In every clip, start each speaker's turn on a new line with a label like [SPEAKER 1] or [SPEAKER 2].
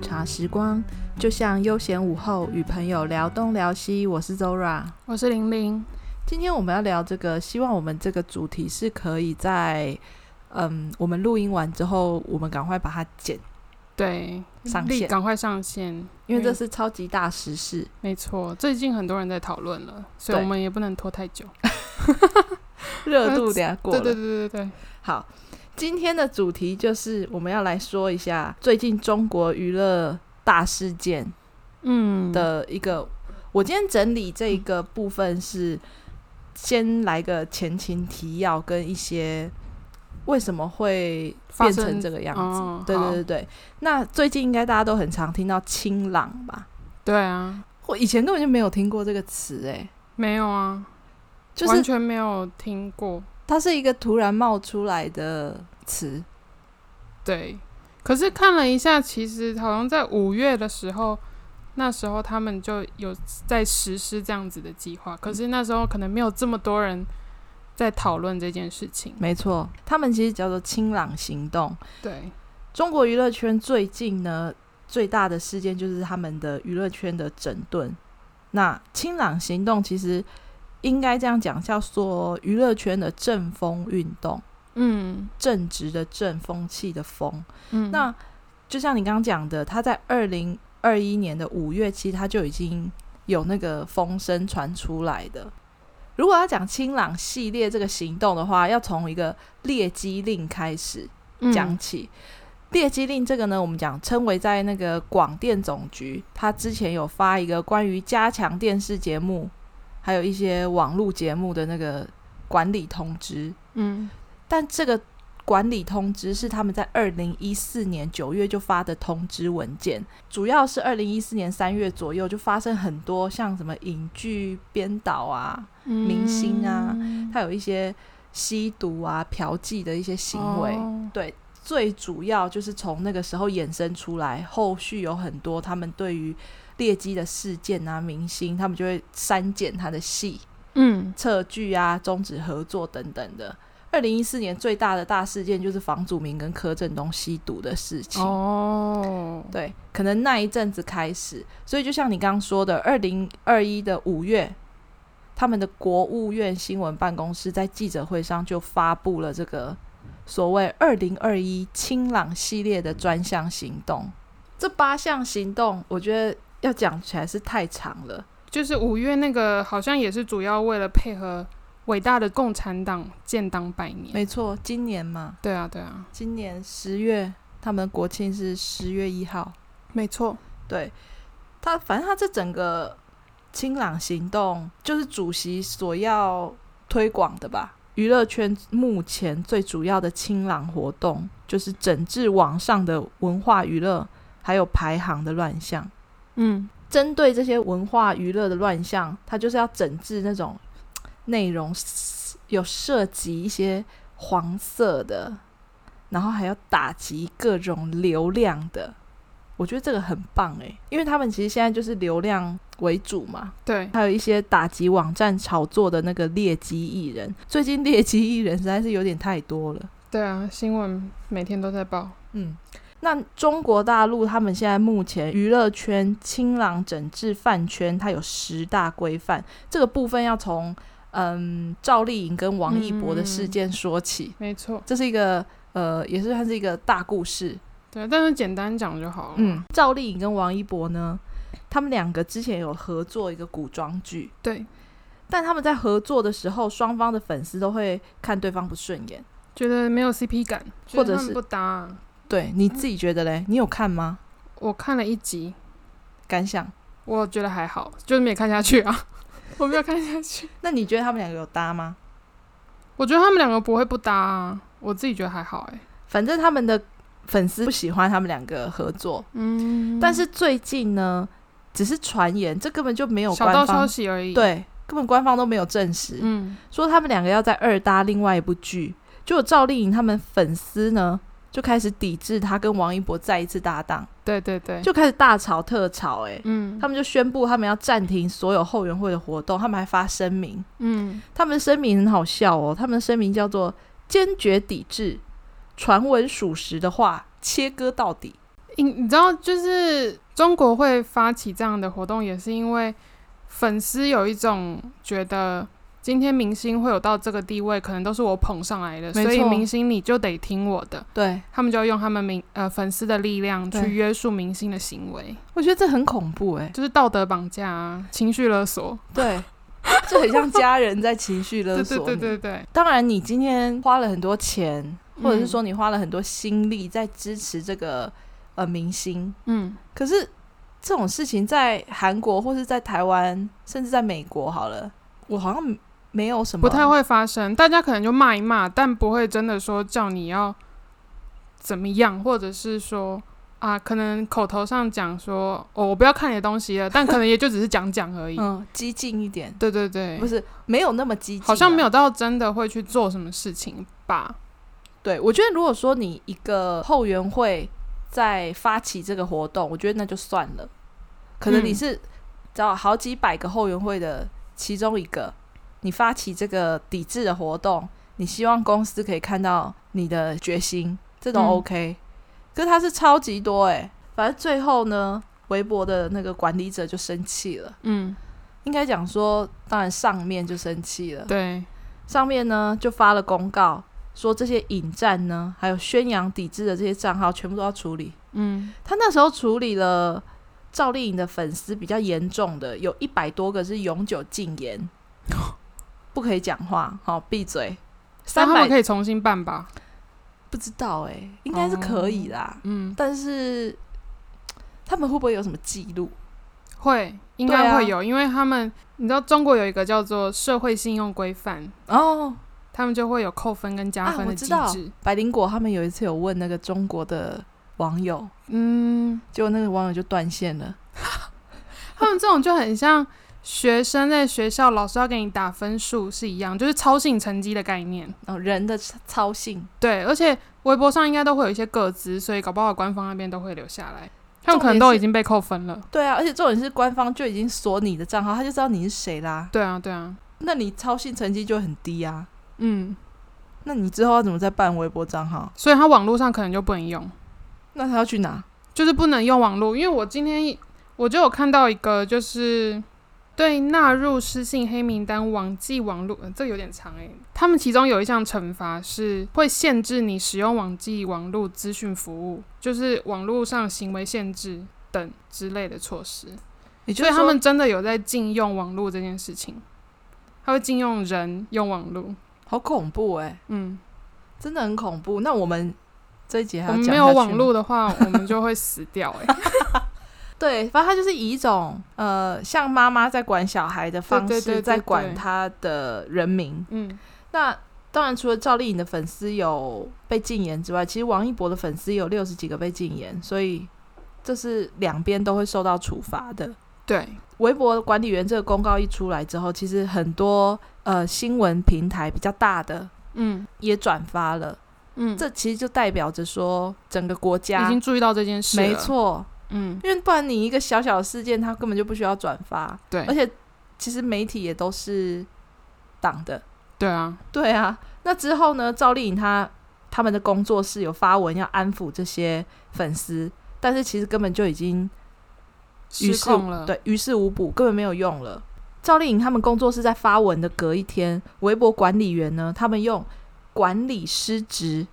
[SPEAKER 1] 茶时光，就像悠闲午后与朋友聊东聊西。我是 Zora，
[SPEAKER 2] 我是玲玲。
[SPEAKER 1] 今天我们要聊这个，希望我们这个主题是可以在嗯，我们录音完之后，我们赶快把它剪，
[SPEAKER 2] 对，
[SPEAKER 1] 上
[SPEAKER 2] 立
[SPEAKER 1] 线
[SPEAKER 2] 赶快上线，
[SPEAKER 1] 因为这是超级大时事。
[SPEAKER 2] 没错，最近很多人在讨论了，所以
[SPEAKER 1] 对
[SPEAKER 2] 我们也不能拖太久。
[SPEAKER 1] 热度等下过
[SPEAKER 2] 对
[SPEAKER 1] 了。
[SPEAKER 2] 对对对对，
[SPEAKER 1] 好，今天的主题就是我们要来说一下最近中国娱乐大事件
[SPEAKER 2] 嗯，
[SPEAKER 1] 的一个。我今天整理这一个部分是先来个前情提要跟一些为什么会
[SPEAKER 2] 发
[SPEAKER 1] 变
[SPEAKER 2] 生
[SPEAKER 1] 成这个样子。
[SPEAKER 2] 哦
[SPEAKER 1] 对对
[SPEAKER 2] 好
[SPEAKER 1] 对对，那最近应该大家都很常听到“清朗”吧？
[SPEAKER 2] 对啊，
[SPEAKER 1] 我以前根本就没有听过这个词，哎，
[SPEAKER 2] 没有啊，
[SPEAKER 1] 就
[SPEAKER 2] 完
[SPEAKER 1] 是
[SPEAKER 2] 全没有听过。
[SPEAKER 1] 它是一个突然冒出来的词。
[SPEAKER 2] 对，可是看了一下，其实好像在五月的时候，那时候他们就有在实施这样子的计划，
[SPEAKER 1] 嗯
[SPEAKER 2] 可是那时候可能没有这么多人在讨论这件事情。
[SPEAKER 1] 没错，他们其实叫做“清朗行动”。
[SPEAKER 2] 对，
[SPEAKER 1] 中国娱乐圈最近呢最大的事件就是他们的娱乐圈的整顿。那清朗行动其实应该这样讲，叫做娱乐圈的正风运动，
[SPEAKER 2] 嗯
[SPEAKER 1] 正直的正，风气的风。
[SPEAKER 2] 嗯，
[SPEAKER 1] 那就像你刚刚讲的，他在二零二一年的五月，其实他就已经有那个风声传出来的。如果要讲清朗系列这个行动的话，要从一个劣机令开始。
[SPEAKER 2] 嗯
[SPEAKER 1] 讲起。劣迹令这个呢，我们讲称为在那个广电总局，他之前有发一个关于加强电视节目，还有一些网络节目的那个管理通知。
[SPEAKER 2] 嗯
[SPEAKER 1] 但这个管理通知是他们在二零一四年九月就发的通知文件，主要是二零一四年三月左右就发生很多像什么影剧编导啊，明星啊
[SPEAKER 2] 嗯
[SPEAKER 1] 他有一些吸毒啊、嫖妓的一些行为。
[SPEAKER 2] 哦
[SPEAKER 1] 对，最主要就是从那个时候衍生出来，后续有很多他们对于劣迹的事件啊，明星他们就会删减他的戏、
[SPEAKER 2] 嗯
[SPEAKER 1] 撤剧啊、终止合作等等的。二零一四年最大的大事件就是房祖名跟柯震东吸毒的事情。
[SPEAKER 2] 哦，
[SPEAKER 1] 对，可能那一阵子开始，所以就像你刚刚说的，二零二一的五月，他们的国务院新闻办公室在记者会上就发布了这个所谓“二零二一清朗”系列的专项行动。这八项行动，我觉得要讲起来是太长了。
[SPEAKER 2] 就是五月那个好像也是主要为了配合伟大的共产党建党百年。
[SPEAKER 1] 没错，今年嘛，
[SPEAKER 2] 对啊对啊，
[SPEAKER 1] 今年十月，他们国庆是十月一号。
[SPEAKER 2] 没错。
[SPEAKER 1] 对他，反正他这整个清朗行动就是主席所要推广的吧。娱乐圈目前最主要的清朗活动就是整治网上的文化娱乐，还有排行的乱象。
[SPEAKER 2] 嗯
[SPEAKER 1] 针对这些文化娱乐的乱象，他就是要整治那种嘖内容是有涉及一些黄色的，然后还要打击各种流量的。我觉得这个很棒诶，因为他们其实现在就是流量为主嘛，
[SPEAKER 2] 对，
[SPEAKER 1] 还有一些打击网站炒作的那个劣迹艺人。最近劣迹艺人实在是有点太多了。
[SPEAKER 2] 对啊，新闻每天都在报。
[SPEAKER 1] 嗯，那中国大陆他们现在目前娱乐圈清朗整治饭圈，它有十大规范，这个部分要从嗯赵丽颖跟王一博的事件说起，
[SPEAKER 2] 没错，
[SPEAKER 1] 这是一个呃也是算是一个大故事。
[SPEAKER 2] 对啊，但是简单讲就好了。
[SPEAKER 1] 嗯，赵丽颖跟王一博呢，他们两个之前有合作一个古装剧，
[SPEAKER 2] 对，
[SPEAKER 1] 但他们在合作的时候，双方的粉丝都会看对方不顺眼。
[SPEAKER 2] 觉得没有 CP 感，觉
[SPEAKER 1] 或
[SPEAKER 2] 得
[SPEAKER 1] 者
[SPEAKER 2] 他们
[SPEAKER 1] 是
[SPEAKER 2] 不搭啊。
[SPEAKER 1] 对，你自己觉得嘞？你有看吗？
[SPEAKER 2] 我看了一集，
[SPEAKER 1] 感想？
[SPEAKER 2] 我觉得还好，就是没看下去 啊。我没有看下去，
[SPEAKER 1] 那你觉得他们两个有搭吗？
[SPEAKER 2] 我觉得他们两个不会不搭啊，我自己觉得还好哎、
[SPEAKER 1] 反正他们的粉丝不喜欢他们两个合作，
[SPEAKER 2] 嗯
[SPEAKER 1] 但是最近呢，只是传言，这根本就没有
[SPEAKER 2] 小道
[SPEAKER 1] 官
[SPEAKER 2] 消
[SPEAKER 1] 方
[SPEAKER 2] 息而已。，
[SPEAKER 1] 对，根本官方都没有证实，
[SPEAKER 2] 嗯，
[SPEAKER 1] 说他们两个要在二搭另外一部剧。就赵丽颖他们粉丝呢，就开始抵制她跟王一博再一次搭档，
[SPEAKER 2] 对对对，
[SPEAKER 1] 就开始大吵特吵、欸，
[SPEAKER 2] 嗯
[SPEAKER 1] 他们就宣布他们要暂停所有后援会的活动，他们还发声明，
[SPEAKER 2] 嗯，
[SPEAKER 1] 他们的声明很好笑哦，他们的声明叫做“坚决抵制传闻属实的话，切割到底
[SPEAKER 2] 你你知道，就是中国会发起这样的活动，也是因为粉丝有一种觉得，今天明星会有到这个地位，可能都是我捧上来的，
[SPEAKER 1] 没
[SPEAKER 2] 所以
[SPEAKER 1] 错
[SPEAKER 2] 明星你就得听我的。
[SPEAKER 1] 对，
[SPEAKER 2] 他们就要用他们明呃粉丝的力量去
[SPEAKER 1] 对
[SPEAKER 2] 约束明星的行为，
[SPEAKER 1] 我觉得这很恐怖哎、
[SPEAKER 2] 就是道德绑架、啊、情绪勒索。
[SPEAKER 1] 对，就很像家人在情绪勒
[SPEAKER 2] 对
[SPEAKER 1] 索
[SPEAKER 2] 对
[SPEAKER 1] 你。
[SPEAKER 2] 对对对，
[SPEAKER 1] 当然，你今天花了很多钱，或者是
[SPEAKER 2] 嗯
[SPEAKER 1] 说你花了很多心力在支持这个呃明星，
[SPEAKER 2] 嗯，
[SPEAKER 1] 可是这种事情在韩国或是在台湾，甚至在美国好了，我好像没有什么
[SPEAKER 2] 不太。会发生。大家可能就骂一骂，但不会真的说叫你要怎么样，或者是说啊，可能口头上讲说哦，我不要看你的东西了，但可能也就只是讲讲而已。
[SPEAKER 1] 嗯，激进一点，
[SPEAKER 2] 对对对
[SPEAKER 1] 不，是没有那么激进、啊
[SPEAKER 2] 好像没有。到真的会去做什么事情吧。
[SPEAKER 1] 对，我觉得如果说你一个后援会在发起这个活动，我觉得那就算了。可能你
[SPEAKER 2] 嗯
[SPEAKER 1] 是找好几百个后援会的其中一个，你发起这个抵制的活动，你希望公司可以看到你的决心，这种
[SPEAKER 2] 嗯
[SPEAKER 1] OK。可是他是超级多诶、反正最后呢，微博的那个管理者就生气了，
[SPEAKER 2] 嗯，
[SPEAKER 1] 应该讲说，当然上面就生气了。
[SPEAKER 2] 对，
[SPEAKER 1] 上面呢就发了公告，说这些引战呢，还有宣扬抵制的这些账号，全部都要处理。
[SPEAKER 2] 嗯
[SPEAKER 1] 他那时候处理了赵丽颖的粉丝比较严重的，有一百多个是永久禁言，不可以讲话，好、闭嘴。三
[SPEAKER 2] 但他
[SPEAKER 1] 百
[SPEAKER 2] 们可以重新办吧。
[SPEAKER 1] 不知道哎、应该是可以啦，
[SPEAKER 2] 嗯，
[SPEAKER 1] 但是他们会不会有什么记录？
[SPEAKER 2] 会，应
[SPEAKER 1] 对
[SPEAKER 2] 该
[SPEAKER 1] 啊
[SPEAKER 2] 会有，因为他们你知道中国有一个叫做社会信用规范，
[SPEAKER 1] 哦，
[SPEAKER 2] 他们就会有扣分跟加
[SPEAKER 1] 啊我
[SPEAKER 2] 分的
[SPEAKER 1] 知
[SPEAKER 2] 机
[SPEAKER 1] 道
[SPEAKER 2] 制。
[SPEAKER 1] 百灵果他们有一次有问那个中国的网友，
[SPEAKER 2] 嗯，
[SPEAKER 1] 结果那个网友就断线了。
[SPEAKER 2] 他们这种就很像学生在学校老师要给你打分数是一样，就是操性成绩的概念。
[SPEAKER 1] 哦，人的操性，
[SPEAKER 2] 对，而且微博上应该都会有一些个资，所以搞不好官方那边都会留下来。他们可能
[SPEAKER 1] 重点
[SPEAKER 2] 都
[SPEAKER 1] 是
[SPEAKER 2] 已经被扣分了。
[SPEAKER 1] 对啊，而且重点是官方就已经锁你的账号，他就知道你是谁啦，
[SPEAKER 2] 对啊，对啊，
[SPEAKER 1] 那你操性成绩就很低啊，
[SPEAKER 2] 嗯，
[SPEAKER 1] 那你之后要怎么再办微博账号？
[SPEAKER 2] 所以他网络上可能就不能用，
[SPEAKER 1] 那他要去哪？
[SPEAKER 2] 就是不能用网络。因为我今天我就有看到一个，就是对纳入失信黑名单网际网络、呃，这个有点长诶、他们其中有一项惩罚是会限制你使用网际网络资讯服务，就是网络上行为限制等之类的措施。
[SPEAKER 1] 也就
[SPEAKER 2] 所以
[SPEAKER 1] 是
[SPEAKER 2] 他
[SPEAKER 1] 说
[SPEAKER 2] 们真的有在禁用网络这件事情，他会禁用人用网络。
[SPEAKER 1] 好恐怖哎、
[SPEAKER 2] 嗯，
[SPEAKER 1] 真的很恐怖。那我们这一节还
[SPEAKER 2] 我
[SPEAKER 1] 要
[SPEAKER 2] 们
[SPEAKER 1] 讲
[SPEAKER 2] 没有
[SPEAKER 1] 下去
[SPEAKER 2] 网
[SPEAKER 1] 吗，
[SPEAKER 2] 络的话，我们就会死掉、欸。哎，
[SPEAKER 1] 对，反正他就是以一种呃，像妈妈在管小孩的方
[SPEAKER 2] 对对对
[SPEAKER 1] 式
[SPEAKER 2] 对
[SPEAKER 1] 在
[SPEAKER 2] 对
[SPEAKER 1] 管他的人民。
[SPEAKER 2] 嗯，
[SPEAKER 1] 那当然，除了赵丽颖的粉丝有被禁言之外，其实王一博的粉丝也有六十几个被禁言，所以这是两边都会受到处罚的。
[SPEAKER 2] 对，
[SPEAKER 1] 微博管理员这个公告一出来之后，其实很多呃新闻平台比较大的
[SPEAKER 2] 嗯
[SPEAKER 1] 也转发了，
[SPEAKER 2] 嗯，
[SPEAKER 1] 这其实就代表着说整个国
[SPEAKER 2] 已
[SPEAKER 1] 家
[SPEAKER 2] 经注意到这件事了。
[SPEAKER 1] 没，错，
[SPEAKER 2] 嗯，
[SPEAKER 1] 因为不然你一个小小的事件，它根本就不需要转发，
[SPEAKER 2] 对
[SPEAKER 1] 而，且其实媒体也都是党的，
[SPEAKER 2] 对啊，
[SPEAKER 1] 对啊，那之后呢？赵丽颖她他们的工作室有发文要安抚这些粉丝，但是其实根本就已经于
[SPEAKER 2] 失
[SPEAKER 1] 事
[SPEAKER 2] 控了。，
[SPEAKER 1] 对于事无补，根本没有用了。赵丽颖他们工作室在发文的隔一天，微博管理员呢，他们用“管理失职”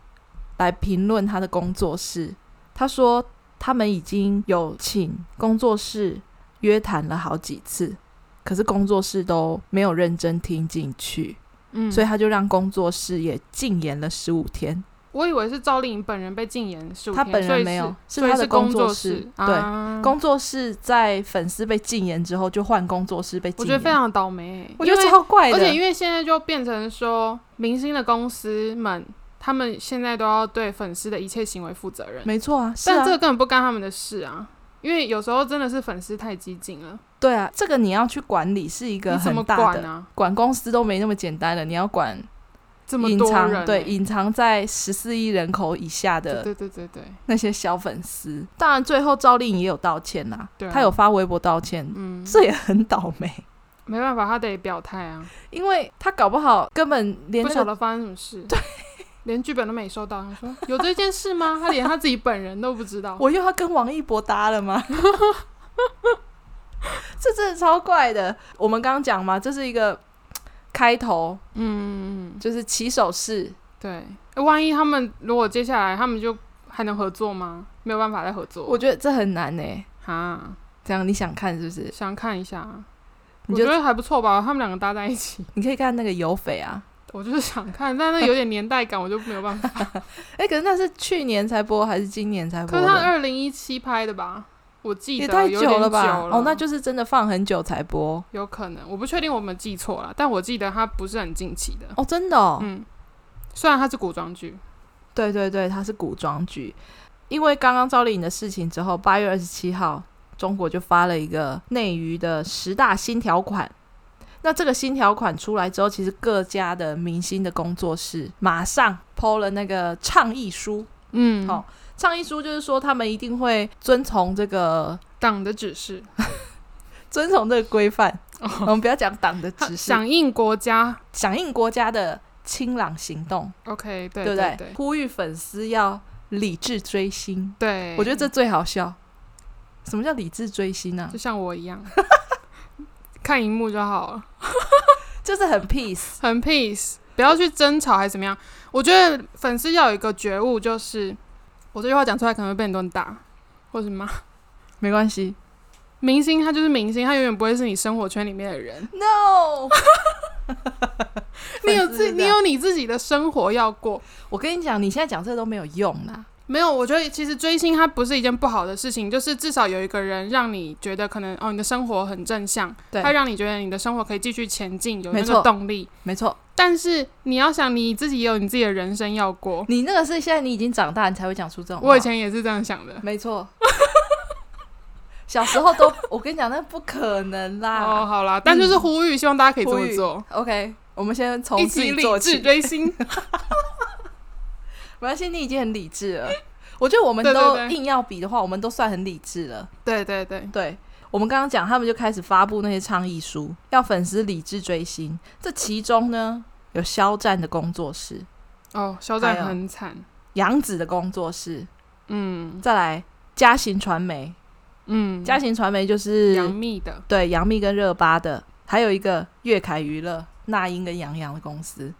[SPEAKER 1] 来评论他的工作室。他说他们已经有请工作室约谈了好几次，可是工作室都没有认真听进去。
[SPEAKER 2] 嗯，
[SPEAKER 1] 所
[SPEAKER 2] 所以
[SPEAKER 1] 以他就让工作室也禁言了十五天。
[SPEAKER 2] 我以为是赵丽颖本人被禁言15天，
[SPEAKER 1] 她本人
[SPEAKER 2] 所以
[SPEAKER 1] 没有是
[SPEAKER 2] 所以
[SPEAKER 1] 她的
[SPEAKER 2] 是工
[SPEAKER 1] 工作室
[SPEAKER 2] 室。
[SPEAKER 1] 对
[SPEAKER 2] 啊、
[SPEAKER 1] 工作室在粉丝被禁言之后，就换工作室被
[SPEAKER 2] 我
[SPEAKER 1] 禁
[SPEAKER 2] 觉得
[SPEAKER 1] 言，
[SPEAKER 2] 非常倒霉、欸，
[SPEAKER 1] 我觉
[SPEAKER 2] 因
[SPEAKER 1] 得
[SPEAKER 2] 为
[SPEAKER 1] 超怪的。
[SPEAKER 2] 而且因为现在就变成说，明星的公司们，他们现在都要对粉丝的一切行为负责任，
[SPEAKER 1] 没错啊，是
[SPEAKER 2] 但
[SPEAKER 1] 啊
[SPEAKER 2] 这，个根本不干他们的事啊。因为有时候真的是粉丝太激进了，
[SPEAKER 1] 对啊，这个你要去管理是一个
[SPEAKER 2] 你怎么
[SPEAKER 1] 很大
[SPEAKER 2] 管
[SPEAKER 1] 的
[SPEAKER 2] 啊？
[SPEAKER 1] 管公司都没那么简单了，你要管
[SPEAKER 2] 这么
[SPEAKER 1] 隐
[SPEAKER 2] 多
[SPEAKER 1] 藏、
[SPEAKER 2] 人欸、
[SPEAKER 1] 对隐藏在十四亿人口以下
[SPEAKER 2] 对
[SPEAKER 1] 的
[SPEAKER 2] 对对对对，
[SPEAKER 1] 那些小粉丝。当然，最后赵丽颖也有道歉啦，
[SPEAKER 2] 对啊
[SPEAKER 1] 她有发微博道歉，
[SPEAKER 2] 嗯，
[SPEAKER 1] 这也很倒霉，
[SPEAKER 2] 没办法，他得表态啊，
[SPEAKER 1] 因为她搞不好根本连
[SPEAKER 2] 不
[SPEAKER 1] 那
[SPEAKER 2] 晓
[SPEAKER 1] 个
[SPEAKER 2] 得发生什么事。对， 连剧本都没收到。他说有这件事吗？他连他自己本人都不知道。
[SPEAKER 1] 我又要跟王一博搭了 吗？这真的超怪的。我们刚刚讲嘛，这是一个开头，
[SPEAKER 2] 嗯，
[SPEAKER 1] 就是起手式。
[SPEAKER 2] 对。诶万一他们如果接下来他们就还能合作吗？没有办法再合作。
[SPEAKER 1] 我觉得这很难欸呢、
[SPEAKER 2] 哈，
[SPEAKER 1] 这样你想看是不是？
[SPEAKER 2] 想看一下，
[SPEAKER 1] 你
[SPEAKER 2] 我
[SPEAKER 1] 就
[SPEAKER 2] 觉得还不错吧？他们两个搭在一起，
[SPEAKER 1] 你可以看那个有匪啊，
[SPEAKER 2] 我就是想看，但那有点年代感，我就没有办 法。
[SPEAKER 1] 哎、可是那是去年才播还是今年才播
[SPEAKER 2] 可是他
[SPEAKER 1] 的？
[SPEAKER 2] 二零一七拍的吧？我记得
[SPEAKER 1] 也太
[SPEAKER 2] 有点久
[SPEAKER 1] 了吧！
[SPEAKER 2] 了
[SPEAKER 1] 哦，那就是真的放很久才播
[SPEAKER 2] 有可能，我不确定我们记错了，但我记得它不是很近期的。
[SPEAKER 1] 哦，真的哦。
[SPEAKER 2] 嗯，虽然它是古装剧，
[SPEAKER 1] 对对对，它是古装剧。因为刚刚赵丽颖的事情之后，八月二十七号，中国就发了一个内娱的十大新条款。那这个新条款出来之后，其实各家的明星的工作室马上抛了那个倡议书。
[SPEAKER 2] 嗯
[SPEAKER 1] 好倡议书就是说，他们一定会遵从这个
[SPEAKER 2] 党的指示，
[SPEAKER 1] 遵从这个规范。
[SPEAKER 2] 哦
[SPEAKER 1] 我们不要讲党的
[SPEAKER 2] 它
[SPEAKER 1] 指示，
[SPEAKER 2] 响应国家。
[SPEAKER 1] 响应国家的清朗行动，
[SPEAKER 2] OK，对
[SPEAKER 1] 不
[SPEAKER 2] 对
[SPEAKER 1] 呼吁粉丝要理智追星。
[SPEAKER 2] 对，
[SPEAKER 1] 我觉得这最好笑。什么叫理智追星啊呢、
[SPEAKER 2] 就像我一样， 看荧幕就好了，
[SPEAKER 1] 就是很 peace，
[SPEAKER 2] 很 peace，不要去争吵还是怎么样。我觉得粉丝要有一个觉悟，就是我这句话讲出来可能会被很多人打或者骂。
[SPEAKER 1] 没关系。
[SPEAKER 2] 明星他就是明星，他永远不会是你生活圈里面的人。
[SPEAKER 1] No，
[SPEAKER 2] 你有
[SPEAKER 1] 粉丝
[SPEAKER 2] 自
[SPEAKER 1] 是这
[SPEAKER 2] 你
[SPEAKER 1] 样
[SPEAKER 2] 有你自己的生活要过。
[SPEAKER 1] 我跟你讲，你现在讲这都没有用啦。
[SPEAKER 2] 没有，我觉得其实追星它不是一件不好的事情，就是至少有一个人让你觉得可能哦，你的生活很正向，
[SPEAKER 1] 对
[SPEAKER 2] 它让你觉得你的生活可以继续前进，有那
[SPEAKER 1] 没错
[SPEAKER 2] 个动力。
[SPEAKER 1] 没错，
[SPEAKER 2] 但是你要想你自己也有你自己的人生要过。
[SPEAKER 1] 你那个是现在你已经长大，你才会讲出这种话。
[SPEAKER 2] 我以前也是这样想的。
[SPEAKER 1] 没错，小时候都我跟你讲，那不可能
[SPEAKER 2] 哦，
[SPEAKER 1] 啦。
[SPEAKER 2] 好啦，但就是呼吁，希望大家可以这
[SPEAKER 1] 呼吁
[SPEAKER 2] 么做，
[SPEAKER 1] OK，我们先从
[SPEAKER 2] 一
[SPEAKER 1] 自
[SPEAKER 2] 起
[SPEAKER 1] 己
[SPEAKER 2] 理
[SPEAKER 1] 做
[SPEAKER 2] 智
[SPEAKER 1] 起。
[SPEAKER 2] 追星。
[SPEAKER 1] 没关系，你已经很理智了。 我觉得我们
[SPEAKER 2] 对对
[SPEAKER 1] 都
[SPEAKER 2] 对
[SPEAKER 1] 硬要比的话，我们都算很理智了。
[SPEAKER 2] 对对对，
[SPEAKER 1] 对我们刚刚讲，他们就开始发布那些倡议书，要粉丝理智追星。这其中呢，有肖战的工作室、
[SPEAKER 2] 哦，肖
[SPEAKER 1] 还
[SPEAKER 2] 战
[SPEAKER 1] 有
[SPEAKER 2] 很惨。
[SPEAKER 1] 杨紫的工作室，
[SPEAKER 2] 嗯
[SPEAKER 1] 再来嘉行传媒。
[SPEAKER 2] 嗯，
[SPEAKER 1] 嘉嗯行传媒就
[SPEAKER 2] 杨
[SPEAKER 1] 是
[SPEAKER 2] 幂的
[SPEAKER 1] 对杨幂跟热巴的，还有一个粤凯娱乐、那英跟杨洋的公司。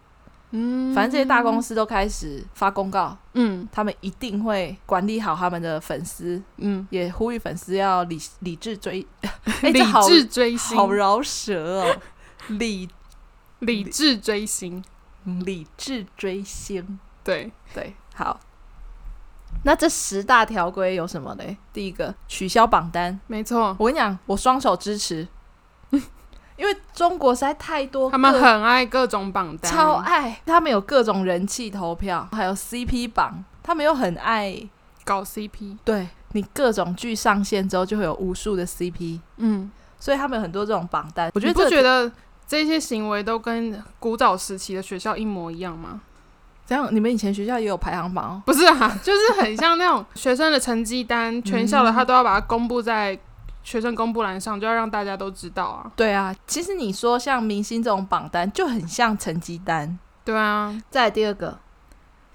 [SPEAKER 2] 嗯，
[SPEAKER 1] 反正这些大公司都开始发公告，
[SPEAKER 2] 嗯
[SPEAKER 1] 他们一定会管理好他们的粉丝，
[SPEAKER 2] 嗯，
[SPEAKER 1] 也呼吁粉丝要理理智追。 哎、
[SPEAKER 2] 理
[SPEAKER 1] 这好
[SPEAKER 2] 智追星，
[SPEAKER 1] 好饶舌哦， 理
[SPEAKER 2] 理智追星，
[SPEAKER 1] 理智追星。
[SPEAKER 2] 对，
[SPEAKER 1] 对，好。那这十大条规有什么嘞？第一个，取消榜单。
[SPEAKER 2] 没错，
[SPEAKER 1] 我跟你讲，我双手支持， 因为中国实在太多
[SPEAKER 2] 他们
[SPEAKER 1] 各
[SPEAKER 2] 很爱各种榜单，
[SPEAKER 1] 超爱，他们有各种人气投票，还有 CP 榜，他们又很爱。
[SPEAKER 2] 搞 CP，
[SPEAKER 1] 对你各种剧上线之后，就会有无数的 CP，
[SPEAKER 2] 嗯，
[SPEAKER 1] 所以他们有很多这种榜单。我
[SPEAKER 2] 我
[SPEAKER 1] 觉得
[SPEAKER 2] 不
[SPEAKER 1] 这
[SPEAKER 2] 觉得这些行为都跟古早时期的学校一模一样吗？
[SPEAKER 1] 怎样？你们以前学校也有排行榜哦？
[SPEAKER 2] 不是啊，就是很像那种学生的成绩单，
[SPEAKER 1] 嗯
[SPEAKER 2] 全校的他都要把它公布在学生公布栏上，就要让大家都知道啊。
[SPEAKER 1] 对啊，其实你说像明星这种榜单，就很像成绩单。
[SPEAKER 2] 对啊，
[SPEAKER 1] 再来第二个，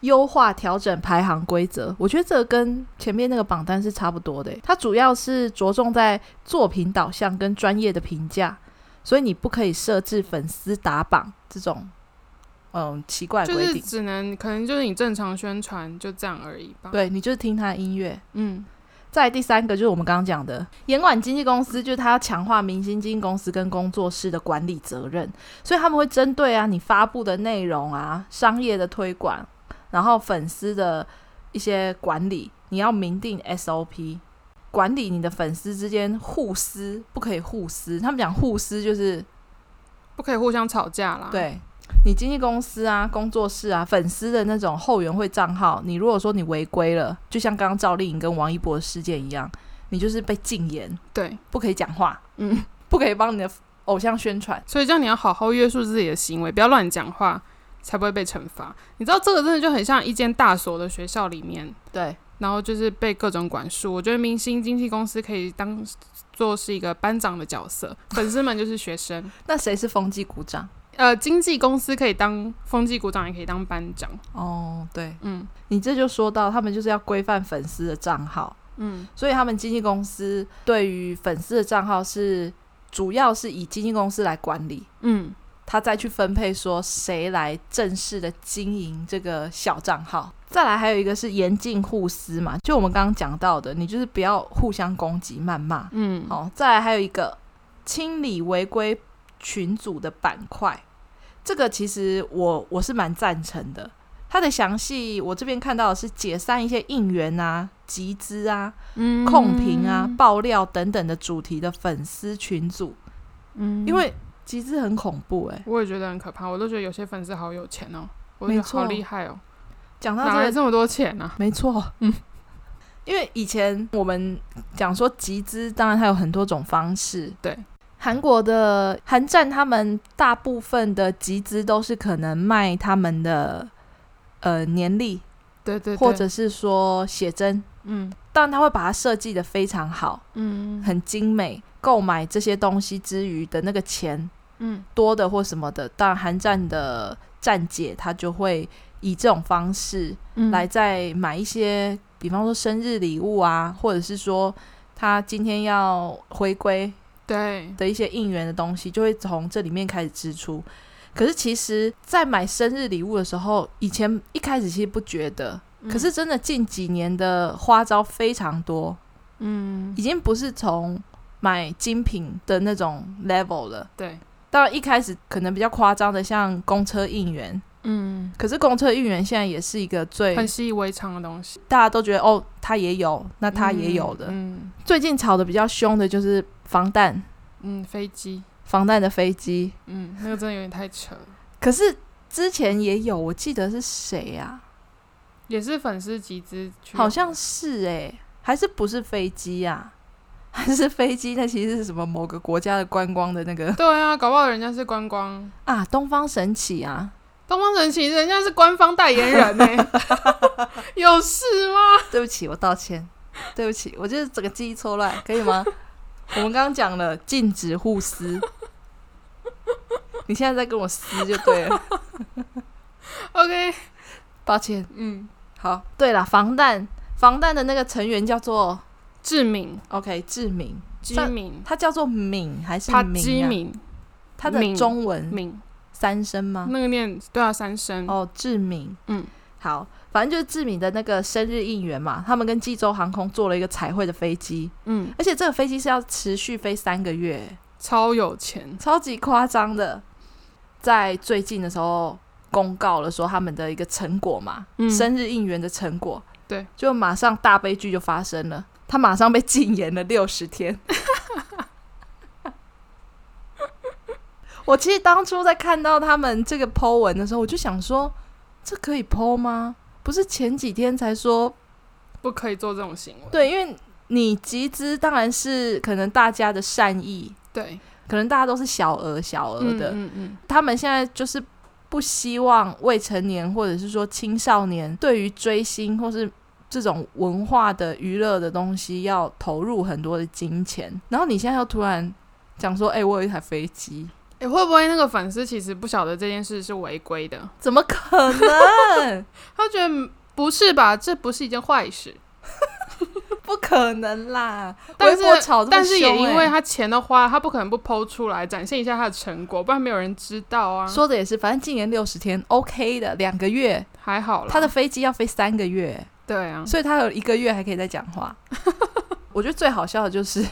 [SPEAKER 1] 优化调整排行规则，我觉得这个跟前面那个榜单是差不多的欸耶。它主要是着重在作品导向跟专业的评价，所以你不可以设置粉丝打榜这种嗯奇怪的
[SPEAKER 2] 就
[SPEAKER 1] 规
[SPEAKER 2] 是
[SPEAKER 1] 定。
[SPEAKER 2] 只能可能就是你正常宣传就这样而已吧。，
[SPEAKER 1] 对你就是听他的音乐。
[SPEAKER 2] 嗯，
[SPEAKER 1] 再来第三个就是我们刚刚讲的，严管经纪公司就是他要强化明星经纪公司跟工作室的管理责任，所以他们会针对啊你发布的内容啊、商业的推广，然后粉丝的一些管理，你要明定 SOP，管理你的粉丝之间互撕，不可以互撕。他们讲互撕就是
[SPEAKER 2] 不可以互相吵架啦。，
[SPEAKER 1] 对你经纪公司啊、工作室啊、粉丝的那种后援会账号，你如果说你违规了，就像刚刚赵丽颖跟王一博的事件一样，你就是被禁言，
[SPEAKER 2] 对，
[SPEAKER 1] 不可以讲话，
[SPEAKER 2] 嗯，
[SPEAKER 1] 不可以帮你的偶像宣传。
[SPEAKER 2] 所以这样你要好好约束自己的行为，不要乱讲话，才不会被惩罚。你知道这个真的就很像一间大所的学校里面，
[SPEAKER 1] 对，
[SPEAKER 2] 然后就是被各种管束。我觉得明星经纪公司可以当 做是一个班长的角色，粉丝们就是学生。
[SPEAKER 1] 那谁是风纪股长？
[SPEAKER 2] 呃经纪公司可以当风纪股长，也可以当班长。
[SPEAKER 1] 哦，对
[SPEAKER 2] 嗯
[SPEAKER 1] 你这就说到他们就是要规范粉丝的账号，
[SPEAKER 2] 嗯
[SPEAKER 1] 所以他们经纪公司对于粉丝的账号是主要是以经纪公司来管理，
[SPEAKER 2] 嗯，
[SPEAKER 1] 他再去分配说谁来正式的经营这个小账号。再来还有一个是严禁互撕嘛，就我们刚刚讲到的，你就是不要互相攻击、谩骂。
[SPEAKER 2] 嗯，
[SPEAKER 1] 好、再来还有一个清理违规群组的板块，这个其实我我是蛮赞成的。它的详细我这边看到的是解散一些应援啊、集资啊、
[SPEAKER 2] 嗯，
[SPEAKER 1] 控评啊、爆料等等的主题的粉丝群组，
[SPEAKER 2] 嗯，
[SPEAKER 1] 因为集资很恐怖哎、
[SPEAKER 2] 我也觉得很可怕，我都觉得有些粉丝好有钱哦，我都觉
[SPEAKER 1] 没
[SPEAKER 2] 得
[SPEAKER 1] 错
[SPEAKER 2] 好厉害哦，
[SPEAKER 1] 讲到
[SPEAKER 2] 哪
[SPEAKER 1] 这
[SPEAKER 2] 来
[SPEAKER 1] 个
[SPEAKER 2] 这么多钱啊呢、
[SPEAKER 1] 没错，嗯，因为以前我们讲说集资，当然它有很多种方式。
[SPEAKER 2] 对，
[SPEAKER 1] 韩国的韩战，他们大部分的集资都是可能卖他们的呃年历，
[SPEAKER 2] 对对对，
[SPEAKER 1] 或者是说写真，
[SPEAKER 2] 嗯
[SPEAKER 1] 但他会把它设计的非常好，
[SPEAKER 2] 嗯
[SPEAKER 1] 很精美。购买这些东西之余的那个钱
[SPEAKER 2] 嗯
[SPEAKER 1] 多的或什么的，当然韩战的战姐她就会以这种方式
[SPEAKER 2] 嗯
[SPEAKER 1] 来再买一些，比方说生日礼物啊，或者是说他今天要回归
[SPEAKER 2] 对，
[SPEAKER 1] 的一些应援的东西，就会从这里面开始支出。可是其实，在买生日礼物的时候，以前一开始其实不觉得，
[SPEAKER 2] 嗯
[SPEAKER 1] 可是真的近几年的花招非常多，
[SPEAKER 2] 嗯
[SPEAKER 1] 已经不是从买精品的那种 level 了。
[SPEAKER 2] 对
[SPEAKER 1] 当然一开始可能比较夸张的，像公车应援，
[SPEAKER 2] 嗯，
[SPEAKER 1] 可是公车应援现在也是一个最
[SPEAKER 2] 很习以为常的东西，
[SPEAKER 1] 大家都觉得哦，他也有，那他也有的。
[SPEAKER 2] 嗯
[SPEAKER 1] 最近炒的比较凶的就是防弹，
[SPEAKER 2] 嗯嗯飞机，
[SPEAKER 1] 防弹的飞机。
[SPEAKER 2] 嗯，那个真的有点太扯了，
[SPEAKER 1] 可是之前也有，我记得是谁啊？
[SPEAKER 2] 也是粉丝集资去用的，
[SPEAKER 1] 好像是诶、还是不是飞机啊？ 还是飞机？那其实是什么某个国家的观光的那个
[SPEAKER 2] 对啊，搞不好人家是观光。
[SPEAKER 1] 啊？东方神起啊？
[SPEAKER 2] 东方神起，人家是官方代言人呢、 有事吗？
[SPEAKER 1] 对不起，我道歉，对不起，我就是整个记忆错乱，可以 吗？我们刚刚讲了禁止互撕，你现在在跟我撕就对 了，
[SPEAKER 2] OK，
[SPEAKER 1] 抱歉。
[SPEAKER 2] 嗯，
[SPEAKER 1] 好，对了，防弹防弹的那个成员叫做
[SPEAKER 2] 志敏、
[SPEAKER 1] OK 志明，
[SPEAKER 2] 居
[SPEAKER 1] 算
[SPEAKER 2] 敏、
[SPEAKER 1] 他叫做敏还是
[SPEAKER 2] 他基
[SPEAKER 1] 明、啊？
[SPEAKER 2] 敏、
[SPEAKER 1] 他的
[SPEAKER 2] 敏
[SPEAKER 1] 中文
[SPEAKER 2] 敏，
[SPEAKER 1] 三声吗？
[SPEAKER 2] 那个念对啊，三声。
[SPEAKER 1] 嗯哦，志明，
[SPEAKER 2] 嗯，
[SPEAKER 1] 好，反正就是志明的那个生日应援嘛，他们跟济州航空做了一个彩绘的飞机，
[SPEAKER 2] 嗯，
[SPEAKER 1] 而且这个飞机是要持续飞三个月，
[SPEAKER 2] 超有钱。
[SPEAKER 1] 超级夸张的。在最近的时候公告了说他们的一个成果嘛，
[SPEAKER 2] 嗯
[SPEAKER 1] 生日应援的成果，
[SPEAKER 2] 对，
[SPEAKER 1] 就马上大悲剧就发生了，他马上被禁言了六十天。 我其实当初在看到他们这个 Po 文的时候，我就想说，这可以 Po 吗？不是前几天才说
[SPEAKER 2] 不可以做这种行为。
[SPEAKER 1] 对，因为你集资当然是可能大家的善意，
[SPEAKER 2] 对，
[SPEAKER 1] 可能大家都是小额小额呃的，
[SPEAKER 2] 嗯嗯
[SPEAKER 1] 他们现在就是不希望未成年或者是说青少年对于追星或是这种文化的娱乐的东西要投入很多的金钱，然后你现在又突然讲说，哎、我有一台飞机，
[SPEAKER 2] 嗯。诶会不会那个粉丝其实不晓得这件事是违规的？
[SPEAKER 1] 怎么可能？
[SPEAKER 2] 他觉得嗯不是吧？这不是一件坏事。
[SPEAKER 1] 不可能啦！
[SPEAKER 2] 但
[SPEAKER 1] 微博
[SPEAKER 2] 是
[SPEAKER 1] 炒这么
[SPEAKER 2] 但是也
[SPEAKER 1] 凶
[SPEAKER 2] 因为
[SPEAKER 1] 欸
[SPEAKER 2] 他钱都花了，他不可能不剖出来展现一下他的成果，不然没有人知道啊。
[SPEAKER 1] 说的也是，反正禁言六十天，OK 的，两个月，
[SPEAKER 2] 还好啦，
[SPEAKER 1] 他的飞机要飞三个月，
[SPEAKER 2] 对啊，
[SPEAKER 1] 所以他有一个月还可以再讲话。 我觉得最好笑的就是，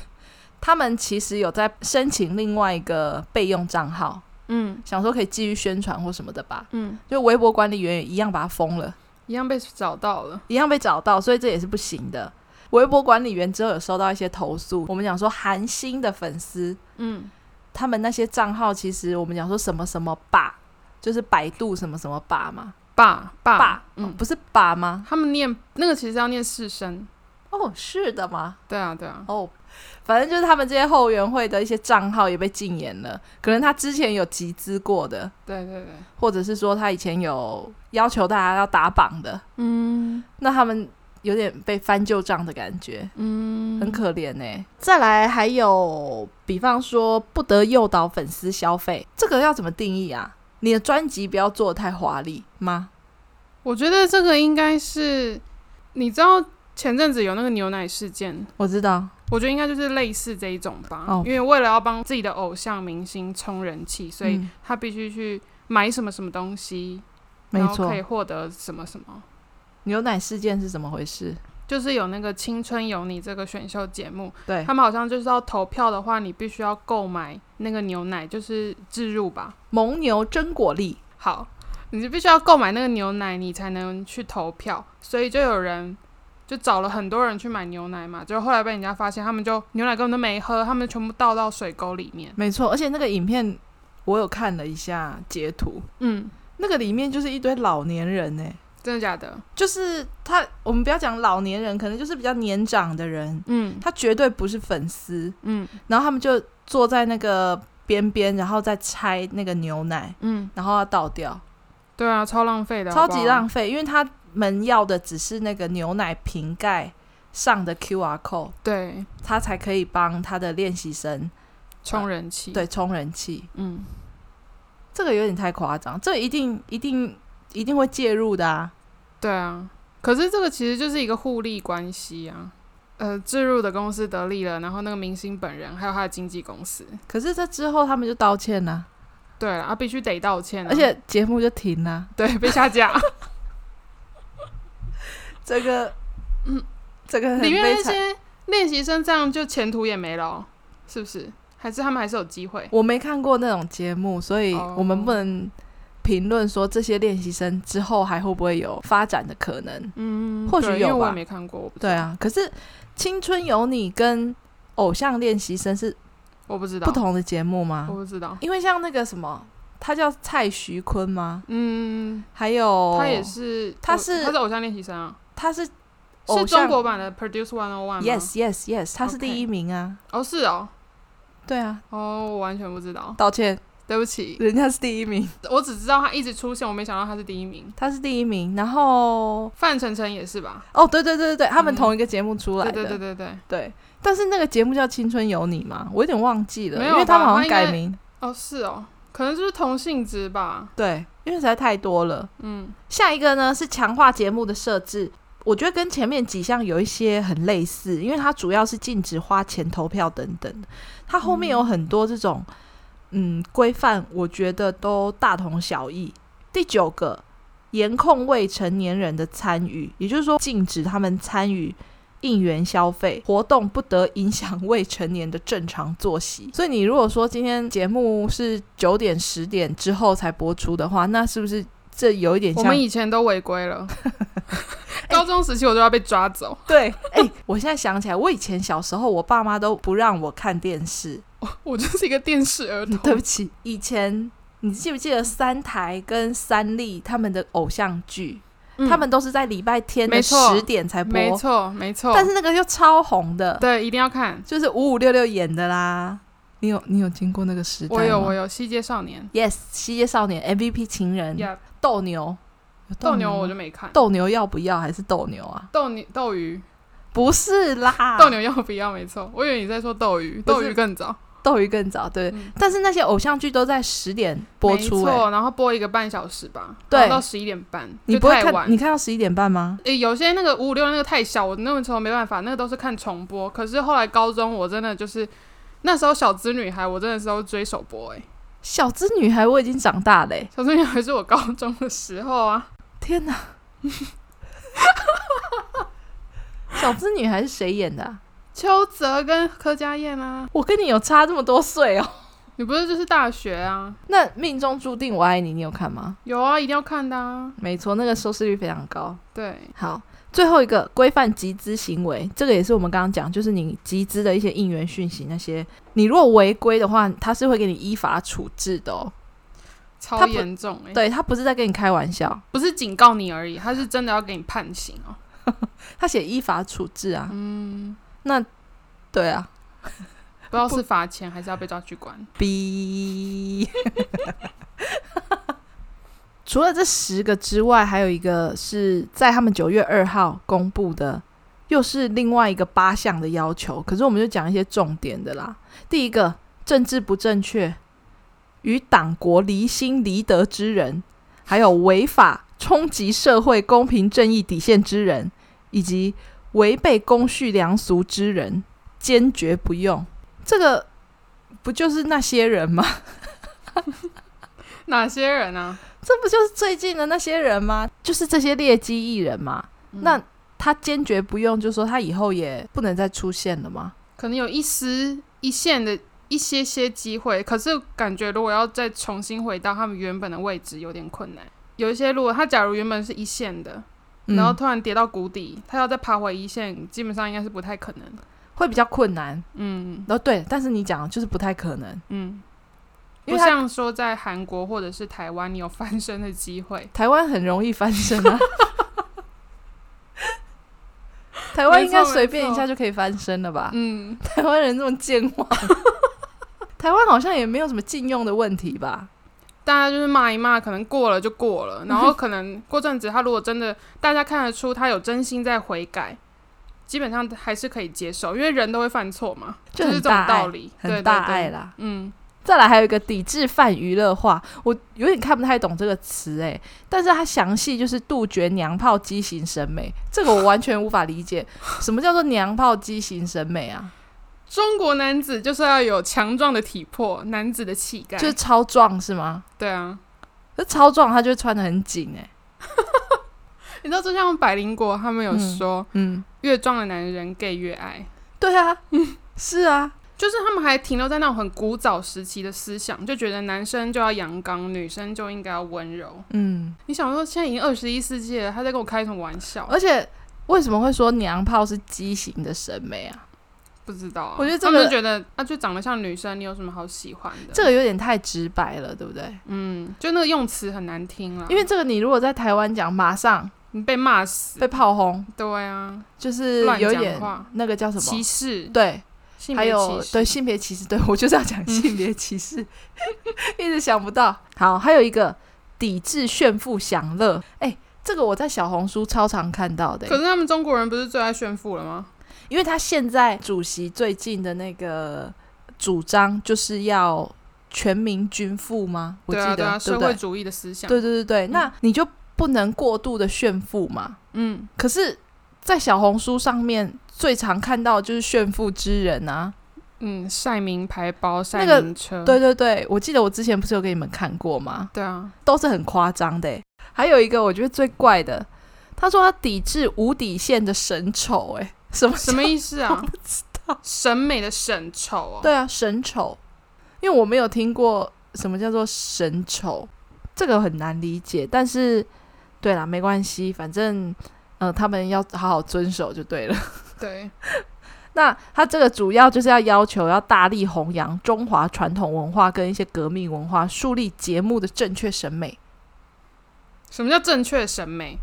[SPEAKER 1] 他们其实有在申请另外一个备用账号，
[SPEAKER 2] 嗯
[SPEAKER 1] 想说可以继续宣传或什么的吧。
[SPEAKER 2] 嗯，
[SPEAKER 1] 就微博管理员也一样把他封了，
[SPEAKER 2] 一样被找到了。
[SPEAKER 1] 一样被找到，所以这也是不行的。微博管理员之后有收到一些投诉，我们讲说韩星的粉丝，
[SPEAKER 2] 嗯
[SPEAKER 1] 他们那些账号其实我们讲说什么什么吧，就是百度什么什么吧嘛，
[SPEAKER 2] 爸爸，
[SPEAKER 1] 吧，哦
[SPEAKER 2] 嗯，
[SPEAKER 1] 不是吧吗？
[SPEAKER 2] 他们念那个其实要念四声，
[SPEAKER 1] 哦，是的吗？
[SPEAKER 2] 对啊对啊，
[SPEAKER 1] 哦，反正就是他们这些后援会的一些账号也被禁言了，可能他之前有集资过的，
[SPEAKER 2] 对对对，
[SPEAKER 1] 或者是说他以前有要求大家要打榜的，
[SPEAKER 2] 嗯，
[SPEAKER 1] 那他们有点被翻旧账的感觉，
[SPEAKER 2] 嗯，
[SPEAKER 1] 很可怜呢、欸再来还有，比方说不得诱导粉丝消费，这个要怎么定义啊？你的专辑不要做得太华丽吗？
[SPEAKER 2] 我觉得这个应该是，你知道前阵子有那个牛奶事件，
[SPEAKER 1] 我知道，
[SPEAKER 2] 我觉得应该就是类似这一种吧。
[SPEAKER 1] 哦
[SPEAKER 2] 因为为了要帮自己的偶像明星冲人气，所以
[SPEAKER 1] 嗯
[SPEAKER 2] 他必须去买什么什么东西，
[SPEAKER 1] 没
[SPEAKER 2] 然后
[SPEAKER 1] 错
[SPEAKER 2] 可以。获得什么什么。
[SPEAKER 1] 牛奶事件是怎么回事？
[SPEAKER 2] 就是有那个《青春有你》这个选秀节目，
[SPEAKER 1] 对
[SPEAKER 2] 他，们好像就是要投票的话，你必须要购买那个牛奶，就是置入吧。
[SPEAKER 1] 蒙牛真果粒，
[SPEAKER 2] 好，你就必须要购买那个牛奶，你才能去投票。所以就有人就找了很多人去买牛奶嘛，就后来被人家发现，他们就牛奶根本都没喝，他们全部倒到水沟里面。
[SPEAKER 1] 没错。而且那个影片我有看了一下截图，
[SPEAKER 2] 嗯，
[SPEAKER 1] 那个里面就是一堆老年人呢、欸
[SPEAKER 2] 真的假的？
[SPEAKER 1] 就是他，我们不要讲老年人，可能就是比较年长的人，
[SPEAKER 2] 嗯
[SPEAKER 1] 他绝对不是粉丝。
[SPEAKER 2] 嗯
[SPEAKER 1] 然后他们就坐在那个边边，然后再拆那个牛奶，
[SPEAKER 2] 嗯，
[SPEAKER 1] 然后要倒掉，
[SPEAKER 2] 对啊，超浪费的，
[SPEAKER 1] 超级浪
[SPEAKER 2] 费。
[SPEAKER 1] 费，因为他们要的只是那个牛奶瓶盖上的 QR code，
[SPEAKER 2] 对，
[SPEAKER 1] 他才可以帮他的练习生
[SPEAKER 2] 冲人气。，
[SPEAKER 1] 对充人气。
[SPEAKER 2] 嗯，
[SPEAKER 1] 这个有点太夸张，这一定一定一定会介入的啊！
[SPEAKER 2] 对啊。可是这个其实就是一个互利关系啊。呃，置入的公司得利了，然后那个明星本人还有他的经纪公司，
[SPEAKER 1] 可是这之后他们就道歉了，
[SPEAKER 2] 对啊，必须得道歉啊、
[SPEAKER 1] 而且节目就停了。
[SPEAKER 2] 对被下架。
[SPEAKER 1] 这个，嗯，这 个很
[SPEAKER 2] 里面
[SPEAKER 1] 悲
[SPEAKER 2] 那
[SPEAKER 1] 惨。
[SPEAKER 2] 些练习生这样就前途也没了哦、是不是？还是他们还是有机会？
[SPEAKER 1] 我没看过那种节目，所以
[SPEAKER 2] 哦
[SPEAKER 1] 我们不能评论说这些练习生之后还会不会有发展的可能。
[SPEAKER 2] 嗯
[SPEAKER 1] 或许
[SPEAKER 2] 对
[SPEAKER 1] 有
[SPEAKER 2] 因为我
[SPEAKER 1] 吧
[SPEAKER 2] 也没看过，我不知
[SPEAKER 1] 对啊，可是《青春有你》跟《偶像练习生》是
[SPEAKER 2] 我不知道，
[SPEAKER 1] 不，啊同的节目
[SPEAKER 2] 我
[SPEAKER 1] 吗？
[SPEAKER 2] 不知道。
[SPEAKER 1] 因为像那个什么，他叫蔡徐坤吗？
[SPEAKER 2] 嗯，
[SPEAKER 1] 还有
[SPEAKER 2] 他也是，
[SPEAKER 1] 哦他
[SPEAKER 2] 我
[SPEAKER 1] 是
[SPEAKER 2] 他是偶像练习生啊，
[SPEAKER 1] 他是偶
[SPEAKER 2] 是
[SPEAKER 1] 像
[SPEAKER 2] 中国版的 Produce One O One
[SPEAKER 1] Yes Yes Yes，他是
[SPEAKER 2] 啊 OK
[SPEAKER 1] 第一名啊。
[SPEAKER 2] 哦，是哦，
[SPEAKER 1] 对啊，
[SPEAKER 2] 哦，我完全不知道，
[SPEAKER 1] 道歉，
[SPEAKER 2] 对不起，
[SPEAKER 1] 人家是第一 名，
[SPEAKER 2] 我只知道他一直出现，我没想到他是第一名。
[SPEAKER 1] 他是第一名。然后
[SPEAKER 2] 范丞丞也是吧？
[SPEAKER 1] 哦，对对对对对，他们
[SPEAKER 2] 嗯
[SPEAKER 1] 同一个节目出来
[SPEAKER 2] 对
[SPEAKER 1] 的。
[SPEAKER 2] 对对对对，
[SPEAKER 1] 对，但是那个节目叫《青春有你》嘛，我有点忘记了，
[SPEAKER 2] 没
[SPEAKER 1] 因
[SPEAKER 2] 有
[SPEAKER 1] 为他
[SPEAKER 2] 吧
[SPEAKER 1] 们好像
[SPEAKER 2] 它应
[SPEAKER 1] 改
[SPEAKER 2] 该
[SPEAKER 1] 名，
[SPEAKER 2] 哦是哦，可能就是同性质吧。
[SPEAKER 1] 对，因为实在太多了。
[SPEAKER 2] 嗯
[SPEAKER 1] 下一个呢是强化节目的设置，我觉得跟前面几项有一些很类似，因为它主要是禁止花钱投票等等，它后面有很多这种嗯规范，我觉得都大同小异。第九个，严控未成年人的参与，也就是说禁止他们参与。应援消费活动不得影响未成年的正常作息，所以你如果说今天节目是九点十点之后才播出的话，那是不是这有一哎点
[SPEAKER 2] 我
[SPEAKER 1] 像
[SPEAKER 2] 们以前都违规了，高中时期我都要被抓走。
[SPEAKER 1] 对，哎、我现在想起来，我以前小时候，我爸妈都不让我看电 视。
[SPEAKER 2] 我就是一个电视儿童。
[SPEAKER 1] 对不起，以前你记不记得三台跟三立他们的偶像剧，
[SPEAKER 2] 嗯
[SPEAKER 1] 他们都是在礼拜天的
[SPEAKER 2] 没错
[SPEAKER 1] 十点才播，
[SPEAKER 2] 没错没错，
[SPEAKER 1] 但是那个又超红的，
[SPEAKER 2] 哦对一定要看。
[SPEAKER 1] 就是五五六六演的啦。你有你有经过那个时代
[SPEAKER 2] 我有
[SPEAKER 1] 吗
[SPEAKER 2] 我有《西街少年
[SPEAKER 1] Yes，《西街少年》MVP 情人、》
[SPEAKER 2] 呀，
[SPEAKER 1] 斗牛，有
[SPEAKER 2] 斗牛我
[SPEAKER 1] 吗
[SPEAKER 2] 就没看。
[SPEAKER 1] 嗯斗牛要不要还是斗牛啊？
[SPEAKER 2] 斗牛斗鱼，
[SPEAKER 1] 不是啦，
[SPEAKER 2] 斗牛要不要？没错，我以为你在说斗
[SPEAKER 1] 啊
[SPEAKER 2] 鱼，
[SPEAKER 1] 不
[SPEAKER 2] 斗
[SPEAKER 1] 是
[SPEAKER 2] 鱼更早
[SPEAKER 1] 斗鱼更早，对。
[SPEAKER 2] 嗯
[SPEAKER 1] 但是那些偶像剧都在十点播出、
[SPEAKER 2] 没
[SPEAKER 1] 哎，
[SPEAKER 2] 错，然后播一个半小时吧，
[SPEAKER 1] 对
[SPEAKER 2] 然后到十一点半，
[SPEAKER 1] 你
[SPEAKER 2] 就
[SPEAKER 1] 不会
[SPEAKER 2] 太
[SPEAKER 1] 看？
[SPEAKER 2] 晚
[SPEAKER 1] 你。看到十一点半吗？
[SPEAKER 2] 诶，有些那个五五六那个太小，我那个时候没办法，那个都是看重播。可是后来高中，我真的就是那时候小资女孩，我真的是都追首播、诶，
[SPEAKER 1] 小资女孩，我已经长大嘞、
[SPEAKER 2] 小资女孩是我高中的时候啊，
[SPEAKER 1] 天 哪！小资女孩是谁演的啊、
[SPEAKER 2] 邱泽跟柯佳燕啊，
[SPEAKER 1] 我跟你有差这么多岁哦。
[SPEAKER 2] 你不是就是大学啊？
[SPEAKER 1] 那命中注定我爱你，你有看吗？
[SPEAKER 2] 有啊，一定要看的啊。
[SPEAKER 1] 没错，那个收视率非常高。
[SPEAKER 2] 对，
[SPEAKER 1] 好，最后一个规范集资行为，这个也是我们刚刚讲，就是你集资的一些应援讯息那些，你如果违规的话，他是会给你依法处置的哦。他
[SPEAKER 2] 超
[SPEAKER 1] 不
[SPEAKER 2] 严重哎、
[SPEAKER 1] 对他不是在跟你开玩笑，
[SPEAKER 2] 不是警告你而已，他是真的要给你判刑哦。
[SPEAKER 1] 他写依法处置啊。
[SPEAKER 2] 嗯，
[SPEAKER 1] 那对啊，
[SPEAKER 2] 不知道是罚 钱还是要被抓去关。
[SPEAKER 1] 逼。 除了这十个之外，还有一个是在他们九月二号公布的，又是另外一个八项的要求。可是我们就讲一些重点的啦。第一个，政治不正确，与党国离心离德之人，还有违法冲击社会公平正义底线之人，以及违背公序良俗之人，坚决不用。这个不就是那些人 吗？
[SPEAKER 2] 哪些人啊？
[SPEAKER 1] 这不就是最近的那些人吗？就是这些劣迹艺人嘛。
[SPEAKER 2] 嗯
[SPEAKER 1] 那他坚决不用，就说他以后也不能再出现了吗？
[SPEAKER 2] 可能有一丝一线的一些些机会，可是感觉如果要再重新回到他们原本的位置，有点困难。有一些如果他假如原本是一线的，
[SPEAKER 1] 嗯
[SPEAKER 2] 然后突然跌到谷底，他要再爬回一线，基本上应该是不太可能。
[SPEAKER 1] 会比较困难。
[SPEAKER 2] 嗯
[SPEAKER 1] 然后对，但是你讲的就是不太可能，
[SPEAKER 2] 嗯，
[SPEAKER 1] 因
[SPEAKER 2] 不
[SPEAKER 1] 为他
[SPEAKER 2] 像说在韩国或者是台湾，你有翻身的机会。
[SPEAKER 1] 台湾很容易翻身 啊。台湾应该随便一下就可以翻身了吧？
[SPEAKER 2] 嗯，
[SPEAKER 1] 台湾人这么健 忘，台湾好像也没有什么禁用的问题吧？
[SPEAKER 2] 大家就是骂一骂，可能过了就过 了，然后可能过阵子他如果真的大家看得出他有真心在悔改，基本上还是可以接受，因为人都会犯错嘛，
[SPEAKER 1] 就
[SPEAKER 2] 就是
[SPEAKER 1] 很
[SPEAKER 2] 这种
[SPEAKER 1] 大
[SPEAKER 2] 道
[SPEAKER 1] 爱，
[SPEAKER 2] 理，对
[SPEAKER 1] 很大
[SPEAKER 2] 对对
[SPEAKER 1] 爱啦。
[SPEAKER 2] 嗯，
[SPEAKER 1] 再来还有一个抵制泛娱乐化，我有点看不太懂这个词诶，但是它详细就是杜绝娘炮畸形审美，这个我完全无法理 解，什么叫做娘炮畸形审美啊？
[SPEAKER 2] 中国男子就是要有强壮的体魄，男子的气概，
[SPEAKER 1] 就是超壮是吗？
[SPEAKER 2] 对啊。
[SPEAKER 1] 那超壮他就会穿的很紧欸诶。
[SPEAKER 2] 你知道，就像百灵果他们有
[SPEAKER 1] 嗯
[SPEAKER 2] 说，
[SPEAKER 1] 嗯，
[SPEAKER 2] 越壮的男人 gay 越爱，
[SPEAKER 1] 对啊，
[SPEAKER 2] 嗯
[SPEAKER 1] 是啊，
[SPEAKER 2] 就是他们还停留在那种很古早时期的思想，就觉得男生就要阳刚，女生就应该要温柔。
[SPEAKER 1] 嗯，
[SPEAKER 2] 你想说，现在已经二十一世纪了，他在跟我开什么玩笑？
[SPEAKER 1] 而且为什么会说娘炮是畸形的审美
[SPEAKER 2] 嗯
[SPEAKER 1] 啊？
[SPEAKER 2] 不知道、啊，
[SPEAKER 1] 我觉得这
[SPEAKER 2] 他们
[SPEAKER 1] 个
[SPEAKER 2] 就觉得啊，就长得像女生，你有什么好喜欢的？
[SPEAKER 1] 这个有点太直白了，对不对？
[SPEAKER 2] 嗯，就那个用词很难听了，
[SPEAKER 1] 因为这个你如果在台湾讲，马上
[SPEAKER 2] 你被骂死，
[SPEAKER 1] 被炮轰，
[SPEAKER 2] 对啊，
[SPEAKER 1] 就是
[SPEAKER 2] 乱
[SPEAKER 1] 有
[SPEAKER 2] 讲
[SPEAKER 1] 点
[SPEAKER 2] 话
[SPEAKER 1] 那个叫什么
[SPEAKER 2] 歧视，
[SPEAKER 1] 对，
[SPEAKER 2] 性
[SPEAKER 1] 还
[SPEAKER 2] 别
[SPEAKER 1] 有
[SPEAKER 2] 歧视，嗯
[SPEAKER 1] 对性别歧视，对我就是要讲性别歧视， 一直想不到。好，还有一个抵制炫富享乐，哎、这个我在小红书超常看到的、欸
[SPEAKER 2] 可是他们中国人不是最爱炫富了吗？
[SPEAKER 1] 因为他现在主席最近的那个主张就是要全民均富吗？我记
[SPEAKER 2] 对
[SPEAKER 1] 得
[SPEAKER 2] 啊，对啊，
[SPEAKER 1] 对
[SPEAKER 2] 社
[SPEAKER 1] 不
[SPEAKER 2] 会嗯
[SPEAKER 1] 对？
[SPEAKER 2] 主义的思想，
[SPEAKER 1] 对对对对，那你就不能过度的炫富嘛。
[SPEAKER 2] 嗯，
[SPEAKER 1] 可是，在小红书上面最常看到的就是炫富之人啊，
[SPEAKER 2] 嗯，晒名牌包，晒
[SPEAKER 1] 那个
[SPEAKER 2] 名车，
[SPEAKER 1] 对对对，我记得我之前不是有给你们看过吗？
[SPEAKER 2] 对啊，
[SPEAKER 1] 都是很夸张的欸。还有一个我觉得最怪的，他说他抵制无底线的神丑，哎，什么
[SPEAKER 2] 什么意 思啊？不知道，审美的审丑哦，
[SPEAKER 1] 对啊，神丑，因为我没有听过什么叫做神丑，这个很难理解。但是，对啦，没关系，反正呃，他们要好好遵守就对了。
[SPEAKER 2] 对，
[SPEAKER 1] 那他这个主要就是要要求要大力弘扬中华传统文化跟一些革命文化，树立节目的正确审美，
[SPEAKER 2] 什么叫正确的审美？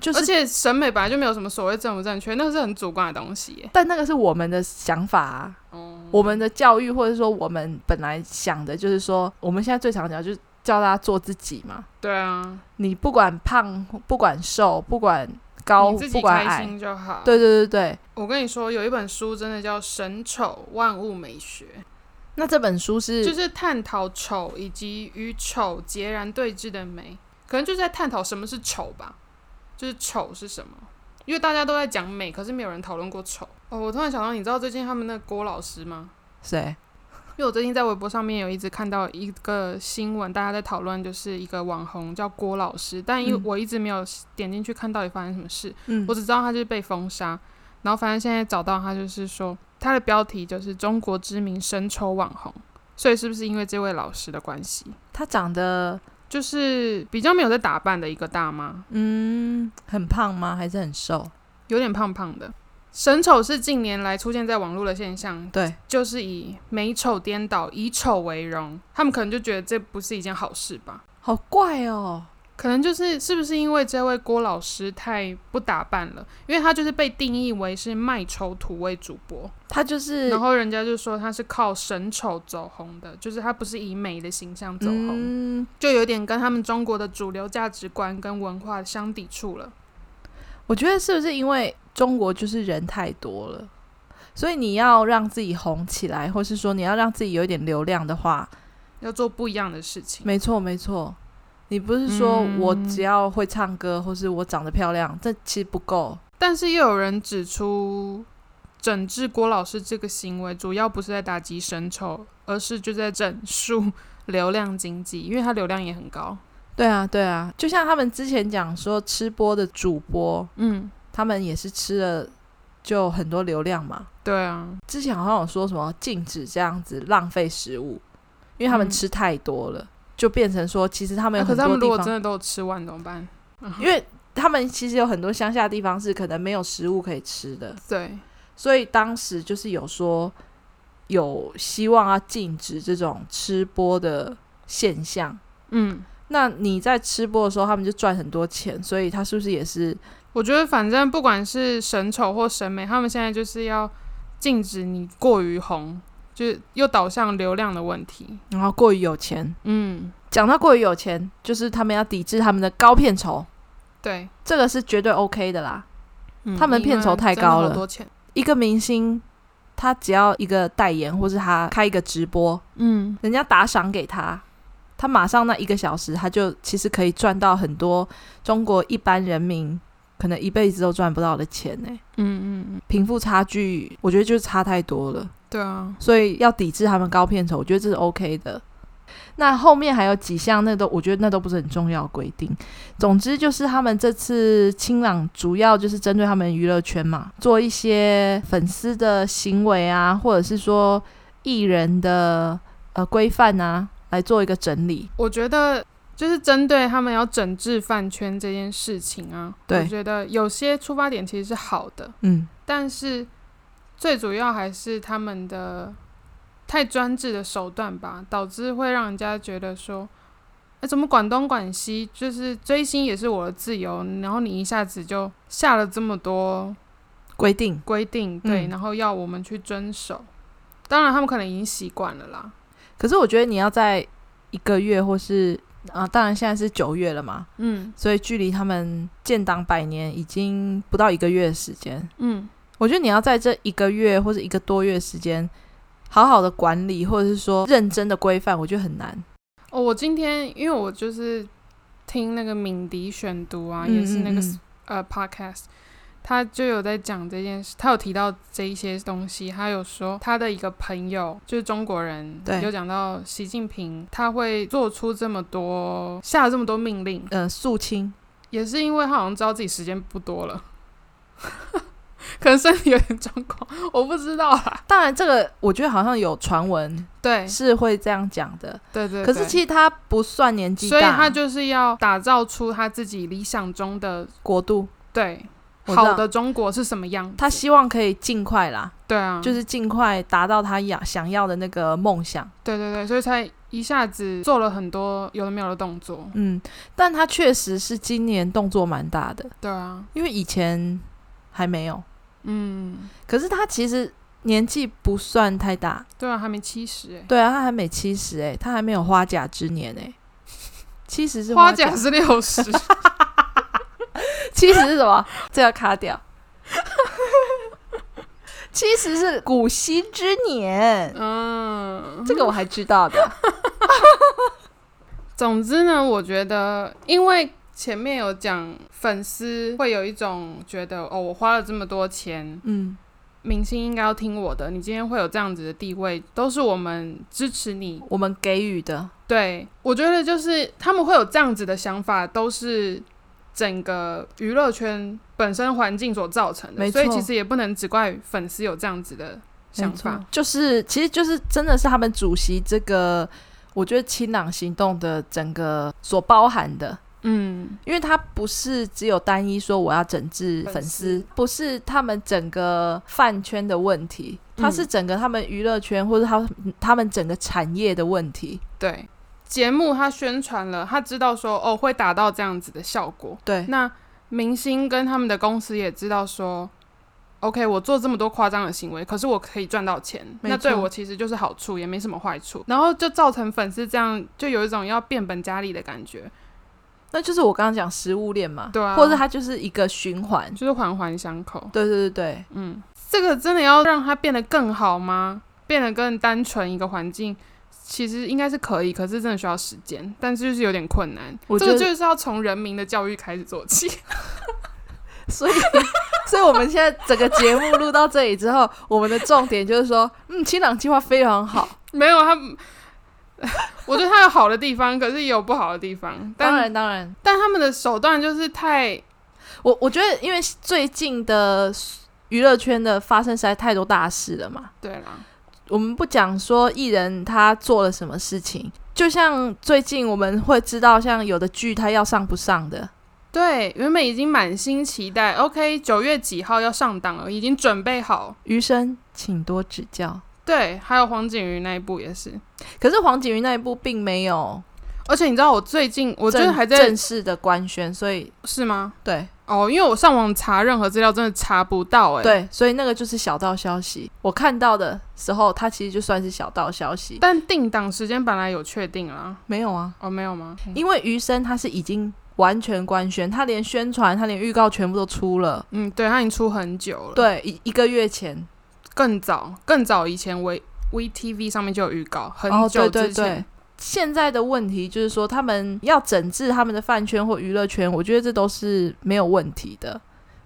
[SPEAKER 1] 就
[SPEAKER 2] 而
[SPEAKER 1] 是。
[SPEAKER 2] 且审美本来就没有什么所谓正不正确，那是很主观的东西耶。
[SPEAKER 1] 但那个是我们的想法、啊，
[SPEAKER 2] 哦，
[SPEAKER 1] 我们的教育或者说我们本来想的就是说，我们现在最常讲就是叫大家做自己嘛。
[SPEAKER 2] 对啊，
[SPEAKER 1] 你不管胖，不管瘦，不管高，
[SPEAKER 2] 你自己
[SPEAKER 1] 不管
[SPEAKER 2] 开
[SPEAKER 1] 矮，
[SPEAKER 2] 心就好。，
[SPEAKER 1] 对对对对。
[SPEAKER 2] 我跟你说，有一本书真的叫《神丑万物美学
[SPEAKER 1] 那这本书》，是、
[SPEAKER 2] 就是探讨丑以及与丑截然对峙的美，可能就是在探讨什么是丑吧，就是丑是什么。因为大家都在讲美，可是没有人讨论过丑。哦，我突然想到，你知道最近他们那个郭老师吗？
[SPEAKER 1] 谁？
[SPEAKER 2] 因为我最近在微博上面有一直看到一个新闻，大家在讨论，就是一个网红叫郭老师，但因为
[SPEAKER 1] 嗯
[SPEAKER 2] 我一直没有点进去看到底发生什么事，
[SPEAKER 1] 嗯
[SPEAKER 2] 我只知道他就是被封杀，然后反正现在找到他，就是说他的标题就是中国知名生抽网红，所以是不是因为这位老师的关系，
[SPEAKER 1] 她嗯长得
[SPEAKER 2] 就是比较没有在打扮的一个大妈，
[SPEAKER 1] 嗯很胖吗？还是很瘦？
[SPEAKER 2] 有点胖胖的。神丑是近年来出现在网络的现象，
[SPEAKER 1] 对，
[SPEAKER 2] 就是以美丑颠倒，以丑为荣，他们可能就觉得这不是一件好事吧。
[SPEAKER 1] 好怪哦。
[SPEAKER 2] 可能就是是不是因为这位郭老师太不打扮了，因为他就是被定义为是卖丑土味主播，
[SPEAKER 1] 他就是
[SPEAKER 2] 然后人家就说他是靠神丑走红的，就是他不是以美的形象走红，
[SPEAKER 1] 嗯，
[SPEAKER 2] 就有点跟他们中国的主流价值观跟文化相抵触了。
[SPEAKER 1] 我觉得是不是因为中国就是人太多了，所以你要让自己红起来，或是说你要让自己有一点流量的话，
[SPEAKER 2] 要做不一样的事情，
[SPEAKER 1] 没错没错。你不是说我
[SPEAKER 2] 嗯
[SPEAKER 1] 只要会唱歌，或是我长得漂亮，这其实不够。
[SPEAKER 2] 但是又有人指出，整治郭老师这个行为主要不是在打击神丑，而是就在整肃流量经济，因为他流量也很高。
[SPEAKER 1] 对啊，对啊，就像他们之前讲说吃播的主播，
[SPEAKER 2] 嗯，
[SPEAKER 1] 他们也是吃了就很多流量嘛。
[SPEAKER 2] 对啊，
[SPEAKER 1] 之前好像有说什么禁止这样子浪费食物，因为他们
[SPEAKER 2] 嗯
[SPEAKER 1] 吃太多了，就变成说其实他们有
[SPEAKER 2] 那啊可是
[SPEAKER 1] 很
[SPEAKER 2] 他
[SPEAKER 1] 多
[SPEAKER 2] 们如
[SPEAKER 1] 地
[SPEAKER 2] 果
[SPEAKER 1] 方，
[SPEAKER 2] 真的都有吃完怎么办？
[SPEAKER 1] 因为他们其实有很多乡下地方是可能没有食物可以吃的，
[SPEAKER 2] 对，
[SPEAKER 1] 所以当时就是有说有希望要禁止这种吃播的现象。
[SPEAKER 2] 嗯，
[SPEAKER 1] 那你在吃播的时候，他们就赚很多钱，所以他是不是也是
[SPEAKER 2] 我觉得反正不管是神丑或审美，他们现在就是要禁止你过于红，就是又导向流量的问题。
[SPEAKER 1] 然后过于有钱？
[SPEAKER 2] 嗯，
[SPEAKER 1] 讲到过于有钱，就是他们要抵制他们的高片酬，
[SPEAKER 2] 对，
[SPEAKER 1] 这个是绝对 OK 的啦。
[SPEAKER 2] 嗯
[SPEAKER 1] 他们
[SPEAKER 2] 因为
[SPEAKER 1] 片酬太高
[SPEAKER 2] 真的
[SPEAKER 1] 了
[SPEAKER 2] 好多钱。
[SPEAKER 1] 一个明星，他只要一个代言，或是他开一个直播，
[SPEAKER 2] 嗯，
[SPEAKER 1] 人家打赏给他，他马上那一个小时，他就其实可以赚到很多中国一般人民可能一辈子都赚不到的钱呢、
[SPEAKER 2] 嗯嗯嗯，
[SPEAKER 1] 贫富差距，我觉得就是差太多了，
[SPEAKER 2] 对啊，
[SPEAKER 1] 所以要抵制他们高片酬，我觉得这是 OK 的。那后面还有几项，那都我觉得那都不是很重要的规定。总之就是他们这次清朗主要就是针对他们娱乐圈嘛，做一些粉丝的行为啊，或者是说艺人的呃规范啊，来做一个整理。
[SPEAKER 2] 我觉得就是针对他们要整治饭圈这件事情啊，
[SPEAKER 1] 对
[SPEAKER 2] 我觉得有些出发点其实是好的，
[SPEAKER 1] 嗯，
[SPEAKER 2] 但是最主要还是他们的太专制的手段吧，导致会让人家觉得说，哎、怎么管东管西？就是追星也是我的自由，然后你一下子就下了这么多
[SPEAKER 1] 规定。
[SPEAKER 2] 规定，对，
[SPEAKER 1] 嗯
[SPEAKER 2] 然后要我们去遵守。当然，他们可能已经习惯了啦。
[SPEAKER 1] 可是我觉得你要在一个月或是啊、当然现在是九月了嘛，
[SPEAKER 2] 嗯
[SPEAKER 1] 所以距离他们建党百年已经不到一个月的时间。
[SPEAKER 2] 嗯，
[SPEAKER 1] 我觉得你要在这一个月或者一个多月时间，好好的管理，或者是说认真的规范，我觉得很难。
[SPEAKER 2] 哦，我今天因为我就是听那个敏迪选读啊，
[SPEAKER 1] 嗯
[SPEAKER 2] 也是那个
[SPEAKER 1] 嗯嗯
[SPEAKER 2] 呃 podcast，他就有在讲这件事，他有提到这一些东西，他有说他的一个朋友就是中国人，
[SPEAKER 1] 对
[SPEAKER 2] 有讲到习近平他会做出这么多下这么多命令，
[SPEAKER 1] 呃，肃清，
[SPEAKER 2] 也是因为他好像知道自己时间不多了。 可能身体有点状况，我不知道啦。
[SPEAKER 1] 当然这个我觉得好像有传闻
[SPEAKER 2] 对
[SPEAKER 1] 是会这样讲的，
[SPEAKER 2] 对对，
[SPEAKER 1] 可是
[SPEAKER 2] 对
[SPEAKER 1] 其实他不算年纪大，
[SPEAKER 2] 所以他就是要打造出他自己理想中的
[SPEAKER 1] 国度，
[SPEAKER 2] 对，
[SPEAKER 1] 我知道
[SPEAKER 2] 好的中国是什么样子？
[SPEAKER 1] 他希望可以尽快啦，
[SPEAKER 2] 对啊，
[SPEAKER 1] 就是尽快达到他想想要的那个梦想。
[SPEAKER 2] 对对对，所以才一下子做了很多有的没有的动作。
[SPEAKER 1] 嗯，但他确实是今年动作蛮大的，
[SPEAKER 2] 对啊，
[SPEAKER 1] 因为以前还没有。
[SPEAKER 2] 嗯，
[SPEAKER 1] 可是他其实年纪不算太大，
[SPEAKER 2] 对啊，还没七十哎，
[SPEAKER 1] 对啊，他还没七十哎，他还没有花甲之年哎， 七十是
[SPEAKER 2] 花
[SPEAKER 1] 甲
[SPEAKER 2] 甲，是六十，
[SPEAKER 1] 七十是什么？ 这要卡掉。七十是古稀之年，
[SPEAKER 2] 嗯。
[SPEAKER 1] 这个我还知道 的。
[SPEAKER 2] 总之呢，我觉得，因为前面有讲粉丝会有一种觉得，哦，我花了这么多钱，
[SPEAKER 1] 嗯，
[SPEAKER 2] 明星应该要听我的，你今天会有这样子的地位，都是我们支持你
[SPEAKER 1] 我们给予的，
[SPEAKER 2] 对，我觉得就是他们会有这样子的想法，都是整个娱乐圈本身环境所造成的，
[SPEAKER 1] 没
[SPEAKER 2] 所以
[SPEAKER 1] 错
[SPEAKER 2] 其实也不能只怪粉丝有这样子的想
[SPEAKER 1] 没
[SPEAKER 2] 法
[SPEAKER 1] 错。，就是其实就是真的是他们主席这个，我觉得清朗行动的整个所包含的，
[SPEAKER 2] 嗯，
[SPEAKER 1] 因为他不是只有单一说我要整治粉
[SPEAKER 2] 粉
[SPEAKER 1] 丝
[SPEAKER 2] 丝，
[SPEAKER 1] 不是他们整个饭圈的问题，他是整个他们娱乐圈或者他他们整个产业的问题。
[SPEAKER 2] 对，节目他宣传了，他知道说哦会达到这样子的效果，
[SPEAKER 1] 对
[SPEAKER 2] 那明星跟他们的公司也知道说，OK，我做这么多夸张的行为，可是我可以赚到钱，
[SPEAKER 1] 没
[SPEAKER 2] 那对
[SPEAKER 1] 错
[SPEAKER 2] 我其实就是好处，也没什么坏处。然后就造成粉丝这样，就有一种要变本加厉的感觉，
[SPEAKER 1] 那就是我刚刚讲食物链嘛，
[SPEAKER 2] 对啊
[SPEAKER 1] 或者它就是一个循环，
[SPEAKER 2] 就是环环相扣。
[SPEAKER 1] 对对对对，
[SPEAKER 2] 嗯，这个真的要让它变得更好吗？变得更单纯一个环境，其实应该是可以，可是真的需要时间，但是就是有点困难。
[SPEAKER 1] 我
[SPEAKER 2] 这
[SPEAKER 1] 觉
[SPEAKER 2] 个
[SPEAKER 1] 得
[SPEAKER 2] 就是要从人民的教育开始做起。
[SPEAKER 1] 所以所以我们现在整个节目录到这里之后，我们的重点就是 说，嗯，清朗计划非常好，
[SPEAKER 2] 没有他，我觉得他 有好的地方，可是也有不好的地方。
[SPEAKER 1] 当
[SPEAKER 2] 但
[SPEAKER 1] 然当然，
[SPEAKER 2] 但他们的手段就是太
[SPEAKER 1] 我我觉得因为最近的娱乐圈的发生实在太多大事了嘛，
[SPEAKER 2] 对啦，
[SPEAKER 1] 我们不讲说艺人他做了什么事情，就像最近我们会知道，像有的剧他要上不上的，
[SPEAKER 2] 对，原本已经满心期待，OK，九月几号要上档了，已经准备好。
[SPEAKER 1] 余生请多指教。
[SPEAKER 2] 对，还有黄景瑜那一部也是。
[SPEAKER 1] 可是黄景瑜那一部并没有
[SPEAKER 2] 而且你知道，我最近我
[SPEAKER 1] 正，
[SPEAKER 2] 最近还在
[SPEAKER 1] 正式的官宣，所以
[SPEAKER 2] 是吗？
[SPEAKER 1] 对
[SPEAKER 2] 哦，因为我上网查任何资料，真的查不到哎、
[SPEAKER 1] 对，所以那个就是小道消息。我看到的时候，它其实就算是小道消息。
[SPEAKER 2] 但定档时间本来有确定啦。
[SPEAKER 1] 没有啊，
[SPEAKER 2] 哦，没有吗？
[SPEAKER 1] 因为余生他是已经完全官宣，他连宣传，他连预告全部都出了。
[SPEAKER 2] 嗯，对，他已经出很久了。
[SPEAKER 1] 对，一一个月前，
[SPEAKER 2] 更早更早以前为 VTV 上面就有预告，很
[SPEAKER 1] 哦，
[SPEAKER 2] 久
[SPEAKER 1] 对
[SPEAKER 2] 之
[SPEAKER 1] 对
[SPEAKER 2] 前。
[SPEAKER 1] 对。现在的问题就是说，他们要整治他们的饭圈或娱乐圈，我觉得这都是没有问题的。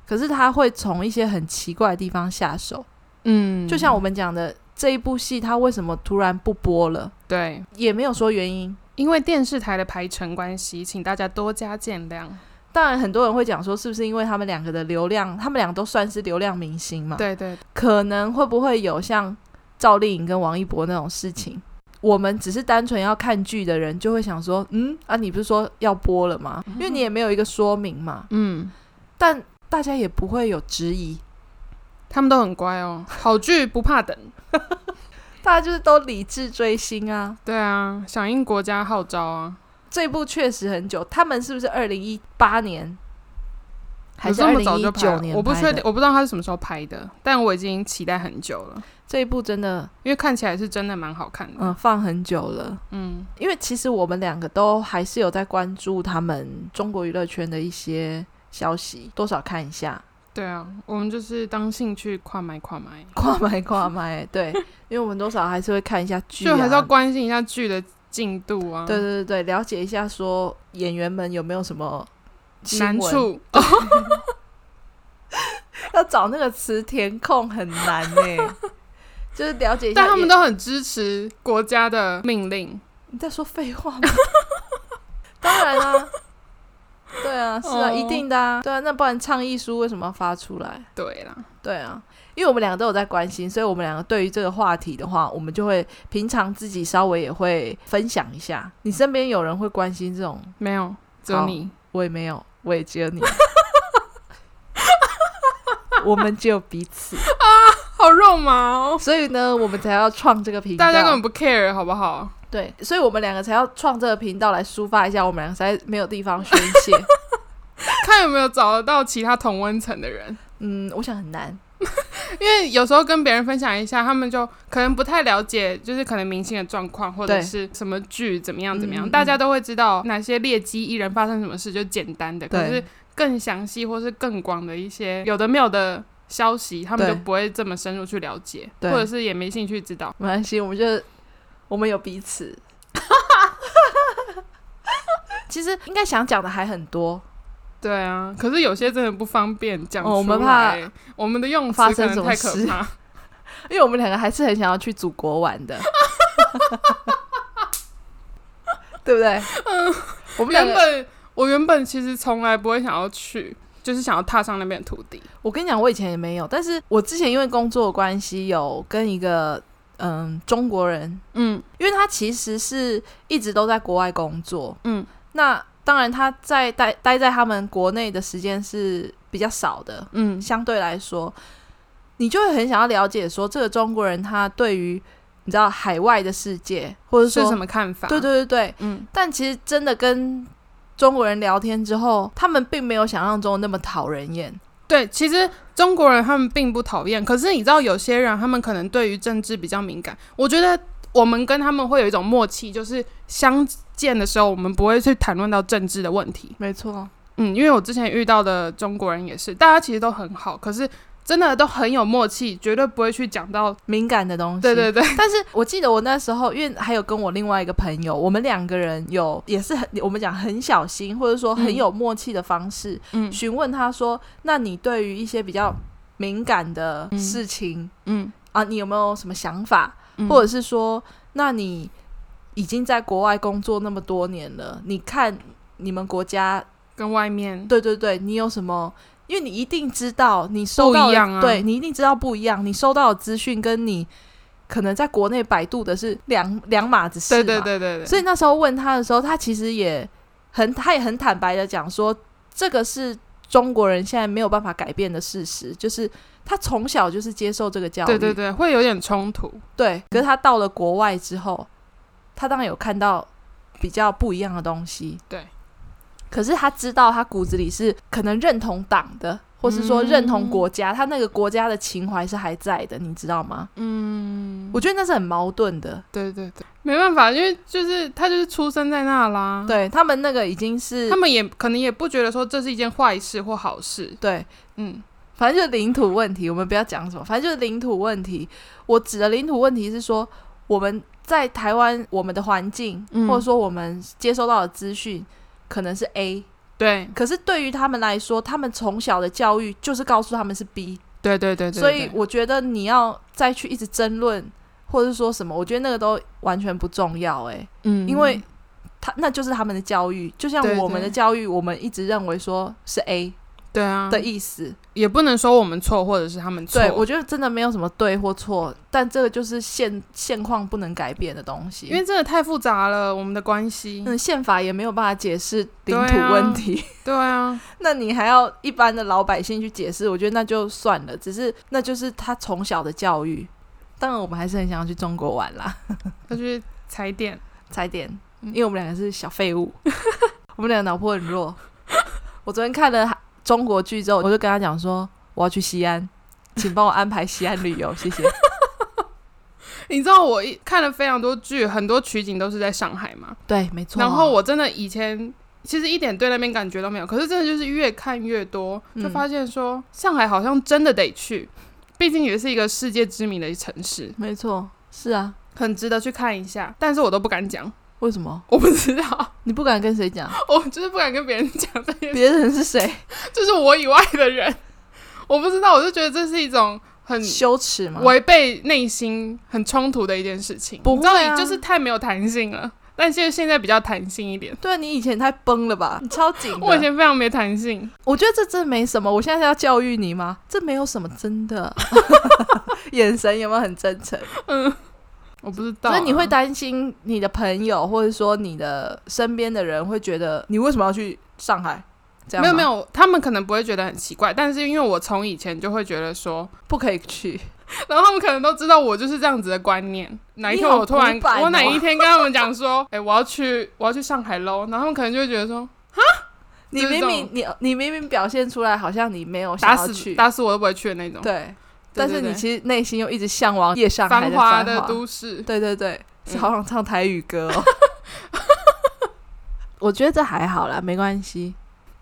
[SPEAKER 1] 可是他会从一些很奇怪的地方下手，
[SPEAKER 2] 嗯，
[SPEAKER 1] 就像我们讲的这一部戏，它为什么突然不播了，
[SPEAKER 2] 对，
[SPEAKER 1] 也没有说原因。
[SPEAKER 2] 因为电视台的排程关系，请大家多加见谅。
[SPEAKER 1] 当然，很多人会讲说，是不是因为他们两个的流量，他们俩都算是流量明星嘛？，
[SPEAKER 2] 对对，
[SPEAKER 1] 可能会不会有像赵丽颖跟王一博那种事情？我们只是单纯要看剧的人，就会想说，嗯啊，你不是说要播了吗？因为你也没有一个说明嘛。
[SPEAKER 2] 嗯，
[SPEAKER 1] 但大家也不会有质疑，
[SPEAKER 2] 他们都很乖哦，好剧不怕等。
[SPEAKER 1] 大家就是都理智追星啊。
[SPEAKER 2] 对啊，响应国家号召啊，
[SPEAKER 1] 这部确实很久，他们是不是二零一八年还
[SPEAKER 2] 有
[SPEAKER 1] 是
[SPEAKER 2] 这
[SPEAKER 1] 二
[SPEAKER 2] 么早
[SPEAKER 1] 零
[SPEAKER 2] 就
[SPEAKER 1] 一
[SPEAKER 2] 拍
[SPEAKER 1] 九
[SPEAKER 2] 了
[SPEAKER 1] 年？
[SPEAKER 2] 我不确定，，我不知道他是什么时候拍的，但我已经期待很久了，
[SPEAKER 1] 这一部真的
[SPEAKER 2] 因为看起来是真的蛮好看的。
[SPEAKER 1] 嗯放很久了。
[SPEAKER 2] 嗯
[SPEAKER 1] 因为其实我们两个都还是有在关注他们中国娱乐圈的一些消息，多少看一下，
[SPEAKER 2] 对啊，我们就是当兴趣跨买跨买，
[SPEAKER 1] 跨麦跨麦，对，因为我们多少还是会看一下剧、啊，
[SPEAKER 2] 就还是要关心一下剧的进度啊。
[SPEAKER 1] 对对对对，了解一下说演员们有没有什么新
[SPEAKER 2] 难
[SPEAKER 1] 闻，
[SPEAKER 2] 处
[SPEAKER 1] 要找那个词填空很难呢、 就是了解一下演，
[SPEAKER 2] 但他们都很支持国家的命令。
[SPEAKER 1] 你在说废话吗？ 当然啊，对啊，是啊
[SPEAKER 2] 哦
[SPEAKER 1] 一定的啊，对啊，那不然倡议书为什么要发出来？
[SPEAKER 2] 对啦，
[SPEAKER 1] 对啊，因为我们两个都有在关心，所以我们两个对于这个话题的话，我们就会平常自己稍微也会分享一下。你身边有人会关心这种，
[SPEAKER 2] 没有，只有
[SPEAKER 1] 好
[SPEAKER 2] 你。
[SPEAKER 1] 我也没有，我也只有你，我们只有彼此，
[SPEAKER 2] 好肉麻 哦，
[SPEAKER 1] 所以呢，我们才要创这个频道。
[SPEAKER 2] 大家根本不 care 好不好？
[SPEAKER 1] 对，所以我们两个才要创这个频道来抒发一下，我们两个实在没有地方宣 泄。
[SPEAKER 2] 看有没有找得到其他同温层的人，
[SPEAKER 1] 嗯，我想很难。
[SPEAKER 2] 因为有时候跟别人分享一下，他们就可能不太了解，就是可能明星的状况或者
[SPEAKER 1] 对
[SPEAKER 2] 是什么剧怎么样怎么样，
[SPEAKER 1] 嗯嗯
[SPEAKER 2] 大家都会知道哪些劣迹艺人发生什么事，就简单的，可
[SPEAKER 1] 对
[SPEAKER 2] 是更详细或是更广的一些有的没有的。消息他们就
[SPEAKER 1] 对
[SPEAKER 2] 不会这么深入去了解，或
[SPEAKER 1] 对
[SPEAKER 2] 者是也没兴趣知道。
[SPEAKER 1] 没关系，我们就我们有彼 此。其实应该想讲的还很多，
[SPEAKER 2] 对啊，可是有些真的不方便讲出来、
[SPEAKER 1] 哦我们怕
[SPEAKER 2] 我们的用词
[SPEAKER 1] 发
[SPEAKER 2] 可
[SPEAKER 1] 生
[SPEAKER 2] 能太可
[SPEAKER 1] 什么事
[SPEAKER 2] 怕。
[SPEAKER 1] 因为我们两个还是很想要去祖国玩的， 对不对？我们两个，
[SPEAKER 2] 原本我原本其实从来不会想要去，就是想要踏上那边的土地。
[SPEAKER 1] 我跟你讲，我以前也没有，但是我之前因为工作的关系，有跟一个嗯中国人，
[SPEAKER 2] 嗯
[SPEAKER 1] 因为他其实是一直都在国外工作，
[SPEAKER 2] 嗯，
[SPEAKER 1] 那当然他在待待在他们国内的时间是比较少的，
[SPEAKER 2] 嗯
[SPEAKER 1] 相对来说，你就会很想要了解说这个中国人他对于你知道海外的世界，或者
[SPEAKER 2] 是
[SPEAKER 1] 说
[SPEAKER 2] 什么看法？
[SPEAKER 1] 对，对对对，
[SPEAKER 2] 嗯，
[SPEAKER 1] 但其实真的跟中国人聊天之后，他们并没有想象中的那么讨人厌。
[SPEAKER 2] 对，其实中国人他们并不讨厌，可是你知道有些人他们可能对于政治比较敏感。我觉得我们跟他们会有一种默契，就是相见的时候我们不会去谈论到政治的问题。
[SPEAKER 1] 没错，
[SPEAKER 2] 嗯，因为我之前遇到的中国人也是，大家其实都很好，可是真的都很有默契，绝对不会去讲到。
[SPEAKER 1] 敏感的东西。
[SPEAKER 2] 对对对，
[SPEAKER 1] 但是我记得我那时候，因为还有跟我另外一个朋友，我们两个人有也是很我们讲很小心，或者说很有默契的方式、
[SPEAKER 2] 嗯
[SPEAKER 1] 询问他说：“那你对于一些比较敏感的
[SPEAKER 2] 嗯
[SPEAKER 1] 事情、
[SPEAKER 2] 嗯，
[SPEAKER 1] 啊，你有没有什么想法？
[SPEAKER 2] 嗯
[SPEAKER 1] 或者是说，那你已经在国外工作那么多年了，你看你们国家
[SPEAKER 2] 跟外面
[SPEAKER 1] 对对对，你有什么？因为你一定知道你收
[SPEAKER 2] 不
[SPEAKER 1] 到
[SPEAKER 2] 一
[SPEAKER 1] 的
[SPEAKER 2] 样啊
[SPEAKER 1] 对你一定知道不一样，你收到的资讯跟你可能在国内百度的是两两码子事
[SPEAKER 2] 对
[SPEAKER 1] 嘛。
[SPEAKER 2] 对对对对，
[SPEAKER 1] 所以那时候问他的时候，他其实也很，他也很坦白的讲说，这个是中国人现在没有办法改变的事实，就是他从小就是接受这个教育，
[SPEAKER 2] 对对对，会有点冲突。
[SPEAKER 1] 对可是他到了国外之后，他当然有看到比较不一样的东西。
[SPEAKER 2] 对。
[SPEAKER 1] 可是他知道他骨子里是可能认同党的，或是说认同
[SPEAKER 2] 嗯
[SPEAKER 1] 国家，他那个国家的情怀是还在的，你知道吗？
[SPEAKER 2] 嗯，
[SPEAKER 1] 我觉得那是很矛盾的。
[SPEAKER 2] 对对对，没办法，因为就是他就是出生在那啦。
[SPEAKER 1] 对他们那个已经是
[SPEAKER 2] 嗯他们也可能也不觉得说这是一件坏事或好事。
[SPEAKER 1] 对，
[SPEAKER 2] 嗯，
[SPEAKER 1] 反正就是领土问题，我们不要讲什么，反正就是领土问题。我指的领土问题是说我们在台湾我们的环境，
[SPEAKER 2] 嗯
[SPEAKER 1] 或者说我们接收到的资讯可能是 A，
[SPEAKER 2] 对，
[SPEAKER 1] 可是对于他们来说，他们从小的教育就是告诉他们是 B，
[SPEAKER 2] 对对对对对，
[SPEAKER 1] 所以我觉得你要再去一直争论，或者是说什么，我觉得那个都完全不重要、欸。哎，
[SPEAKER 2] 嗯，
[SPEAKER 1] 因为他那就是他们的教育，就像
[SPEAKER 2] 对
[SPEAKER 1] 我们
[SPEAKER 2] 对
[SPEAKER 1] 的教育，我们一直认为说是 A
[SPEAKER 2] 对啊，
[SPEAKER 1] 的意思。
[SPEAKER 2] 也不能说我们错或者是他们错，
[SPEAKER 1] 对，我觉得真的没有什么对或错，但这个就是现现况不能改变的东西，
[SPEAKER 2] 因为真的太复杂了，我们的关系。
[SPEAKER 1] 嗯，宪法也没有办法解释领土
[SPEAKER 2] 对啊
[SPEAKER 1] 问题。
[SPEAKER 2] 对啊，
[SPEAKER 1] 那你还要一般的老百姓去解释，我觉得那就算了。只是那就是他从小的教育。当然，我们还是很想要去中国玩啦，
[SPEAKER 2] 要去踩点。
[SPEAKER 1] 踩点，
[SPEAKER 2] 嗯
[SPEAKER 1] 因为我们两个是小废物， 我们两个脑波很弱。我昨天看了中国剧之后，我就跟他讲说，我要去西安，请帮我安排西安旅游，谢 谢。
[SPEAKER 2] 你知道我一看了非常多剧，很多取景都是在上海嘛。
[SPEAKER 1] 对，没错。啊
[SPEAKER 2] 然后我真的以前其实一点对那边感觉都没有，可是真的就是越看越多，
[SPEAKER 1] 嗯
[SPEAKER 2] 就发现说、上海好像真的得去，毕竟也是一个世界知名的城市，
[SPEAKER 1] 没错，是啊，
[SPEAKER 2] 很值得去看一下。但是我都不敢讲，
[SPEAKER 1] 为什么
[SPEAKER 2] 我不知道，
[SPEAKER 1] 你不敢跟谁讲？
[SPEAKER 2] 我就是不敢跟别人讲这些，
[SPEAKER 1] 别人是谁？
[SPEAKER 2] 就是我以外的人， 我不知道，我就觉得这是一种很
[SPEAKER 1] 羞耻吗？
[SPEAKER 2] 违背内心、很冲突的一件事情。
[SPEAKER 1] 不
[SPEAKER 2] 你知道
[SPEAKER 1] 会啊
[SPEAKER 2] 你就是太没有弹性了，但是现在比较弹性一点。
[SPEAKER 1] 对你以前太崩了吧？你超紧的。
[SPEAKER 2] 我以前非常没弹性，
[SPEAKER 1] 我觉得这真没什么。我现在是要教育你吗？这没有什么，真 的。眼神有没有很真诚？
[SPEAKER 2] 我不知道、啊。
[SPEAKER 1] 所以你会担心你的朋友，或者说你的身边的人会觉得你为什么要去上海？这样
[SPEAKER 2] 没有
[SPEAKER 1] 吗
[SPEAKER 2] 没，有，他们可能不会觉得很奇怪，但是因为我从以前就会觉得说，
[SPEAKER 1] 不可以去。
[SPEAKER 2] 然后他们可能都知道我就是这样子的观念。哪一天
[SPEAKER 1] 你好
[SPEAKER 2] 我突然，
[SPEAKER 1] 古板哦
[SPEAKER 2] 我哪一天跟他们讲说， 哎、我要去，我要去上海喽，然后他们可能就会觉得说，
[SPEAKER 1] 你
[SPEAKER 2] 就是
[SPEAKER 1] 明
[SPEAKER 2] 这种
[SPEAKER 1] 明你你明明表现出来好像你没有想
[SPEAKER 2] 打
[SPEAKER 1] 要
[SPEAKER 2] 死
[SPEAKER 1] 去，
[SPEAKER 2] 打死我都不会去的那种。
[SPEAKER 1] 对，但是
[SPEAKER 2] 对
[SPEAKER 1] 你
[SPEAKER 2] 对
[SPEAKER 1] 其实内心又一直向往夜上海
[SPEAKER 2] 繁
[SPEAKER 1] 的
[SPEAKER 2] 华
[SPEAKER 1] 繁
[SPEAKER 2] 的
[SPEAKER 1] 华
[SPEAKER 2] 都市，
[SPEAKER 1] 对对对，
[SPEAKER 2] 嗯
[SPEAKER 1] 是好想唱台语歌 哦。我觉得这还好啦，没关系。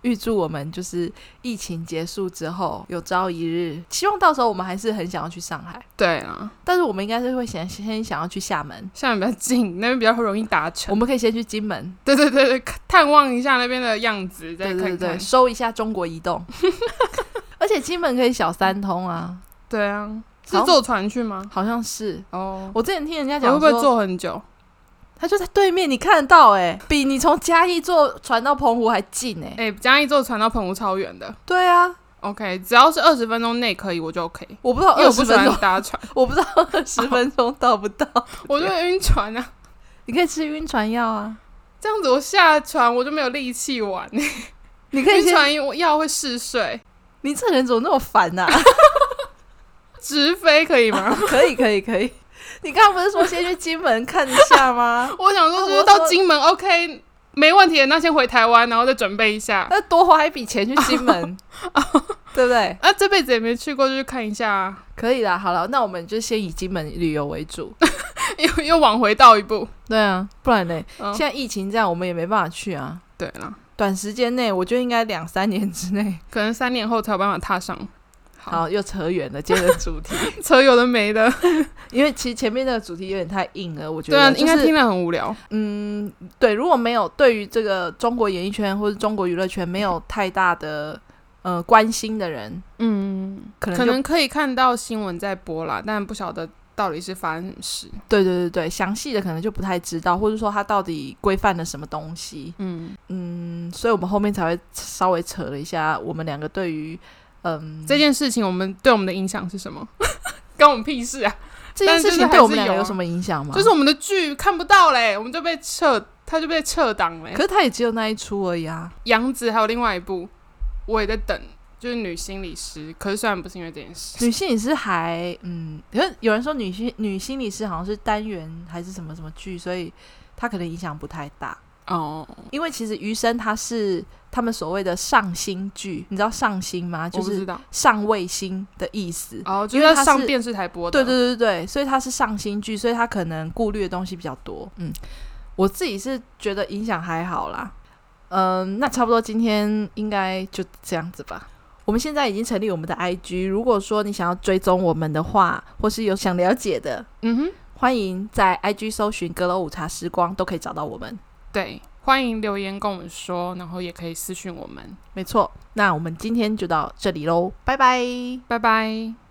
[SPEAKER 1] 预祝我们就是疫情结束之后有朝一日，希望到时候我们还是很想要去上海，
[SPEAKER 2] 对啊，
[SPEAKER 1] 但是我们应该是会先先想要去厦门，
[SPEAKER 2] 厦门比较近，那边比较容易达
[SPEAKER 1] 我
[SPEAKER 2] 成。
[SPEAKER 1] 们可以先去金门，
[SPEAKER 2] 对对对对，看探望一下那边的样子，再
[SPEAKER 1] 对
[SPEAKER 2] 看
[SPEAKER 1] 对
[SPEAKER 2] 看。
[SPEAKER 1] 对，对收一下中国移 动，而且金门可以小三通啊，
[SPEAKER 2] 对啊，是
[SPEAKER 1] 好
[SPEAKER 2] 坐船去吗？
[SPEAKER 1] 好像是。
[SPEAKER 2] 哦，
[SPEAKER 1] 我之前听人家
[SPEAKER 2] 你会
[SPEAKER 1] 讲
[SPEAKER 2] 不
[SPEAKER 1] 说，
[SPEAKER 2] 会坐很久？
[SPEAKER 1] 他就在对面，你看得到哎、比你从嘉义坐船到澎湖还近哎、
[SPEAKER 2] 哎、嘉义坐船到澎湖超远的。
[SPEAKER 1] 对啊，
[SPEAKER 2] OK，只要是二十分钟内可以，我就 OK。
[SPEAKER 1] 我不知道
[SPEAKER 2] 因为
[SPEAKER 1] 哦二
[SPEAKER 2] 我不
[SPEAKER 1] 十
[SPEAKER 2] 喜
[SPEAKER 1] 分
[SPEAKER 2] 欢
[SPEAKER 1] 钟，
[SPEAKER 2] 搭船，
[SPEAKER 1] 我 不知道二十分钟到不到。
[SPEAKER 2] 我就会晕船啊。
[SPEAKER 1] 你可以吃晕船药啊，
[SPEAKER 2] 这样子我下船我就没有力 气玩，晕
[SPEAKER 1] 你可以先。
[SPEAKER 2] 船我药会嗜睡。
[SPEAKER 1] 你啊 这个人怎么那么烦呐、
[SPEAKER 2] 直飞可以吗？
[SPEAKER 1] 可以，可以，可以。你刚刚不是说先去金门看一下 吗？
[SPEAKER 2] 我想说，
[SPEAKER 1] 啊
[SPEAKER 2] 就是
[SPEAKER 1] 我
[SPEAKER 2] 到
[SPEAKER 1] 说
[SPEAKER 2] 金门 OK 没问题的，那先回台湾，然后再准备一下。
[SPEAKER 1] 那多花一笔钱去金 门，对不对？
[SPEAKER 2] 啊，这辈子也没去过，就去看一下、啊，
[SPEAKER 1] 可以啦，好了，那我们就先以金门旅游为主。
[SPEAKER 2] 又又往回倒一步。
[SPEAKER 1] 对啊，不然嘞，
[SPEAKER 2] 嗯
[SPEAKER 1] 现在疫情这样，我们也没办法去啊。
[SPEAKER 2] 对了，
[SPEAKER 1] 短时间内，我觉得应该两三年之内。
[SPEAKER 2] 可能三年后才有办法踏上。好
[SPEAKER 1] 好，又扯远了，接着主 题，
[SPEAKER 2] 扯有的没的，
[SPEAKER 1] 因为其实前面那个主题有点太硬了，我觉
[SPEAKER 2] 对
[SPEAKER 1] 得。
[SPEAKER 2] 啊，
[SPEAKER 1] 就是
[SPEAKER 2] 应该听了很无聊。
[SPEAKER 1] 嗯，对，如果没有对于这个中国演艺圈或者中国娱乐圈没有太大的呃关心的人，
[SPEAKER 2] 嗯，
[SPEAKER 1] 可能
[SPEAKER 2] 可
[SPEAKER 1] 就
[SPEAKER 2] 能可以看到新闻在播啦，但不晓得到底是发生什么事。
[SPEAKER 1] 对对对对，详细的可能就不太知道，或者说他到底规范了什么东西。
[SPEAKER 2] 嗯，
[SPEAKER 1] 嗯，所以我们后面才会稍微扯了一下我们两个对于嗯
[SPEAKER 2] 这件事情我们对我们的影响是什么？ 关我们屁事啊！
[SPEAKER 1] 这件事情
[SPEAKER 2] 但是就是还是
[SPEAKER 1] 对我们两个
[SPEAKER 2] 有啊
[SPEAKER 1] 有什么影响吗？
[SPEAKER 2] 就是我们的剧看不到嘞，我们就被撤，他就被撤档嘞
[SPEAKER 1] 可。是他也只有那一出而已啊。
[SPEAKER 2] 杨紫还有另外一部，我也在等，就是女心理师。可是虽然不是因为这件事，
[SPEAKER 1] 女心理师还嗯，可是有人说女心女心理师好像是单元还是什么什么剧，所以他可能影响不太大。
[SPEAKER 2] 哦，
[SPEAKER 1] 因为其实余生他是他们所谓的上星剧，你知道上星吗？
[SPEAKER 2] 我
[SPEAKER 1] 就
[SPEAKER 2] 不知
[SPEAKER 1] 是
[SPEAKER 2] 道，
[SPEAKER 1] 上卫星的意思。
[SPEAKER 2] 哦，就
[SPEAKER 1] 因
[SPEAKER 2] 是
[SPEAKER 1] 为
[SPEAKER 2] 要
[SPEAKER 1] 它是
[SPEAKER 2] 上电视台播的，
[SPEAKER 1] 对对对对，所以它是上星剧，所以它可能顾虑的东西比较多。嗯，我自己是觉得影响还好啦。嗯，那差不多今天应该就这样子吧。我们现在已经成立我们的 IG，如果说你想要追踪我们的话，或是有想了解的，
[SPEAKER 2] 嗯哼，
[SPEAKER 1] 欢迎在 IG 搜寻“阁楼午茶时光”都可以找到我们。
[SPEAKER 2] 对，欢迎留言跟我们说，然后也可以私讯我们，
[SPEAKER 1] 没错，那我们今天就到这里喽，拜拜。
[SPEAKER 2] 拜拜。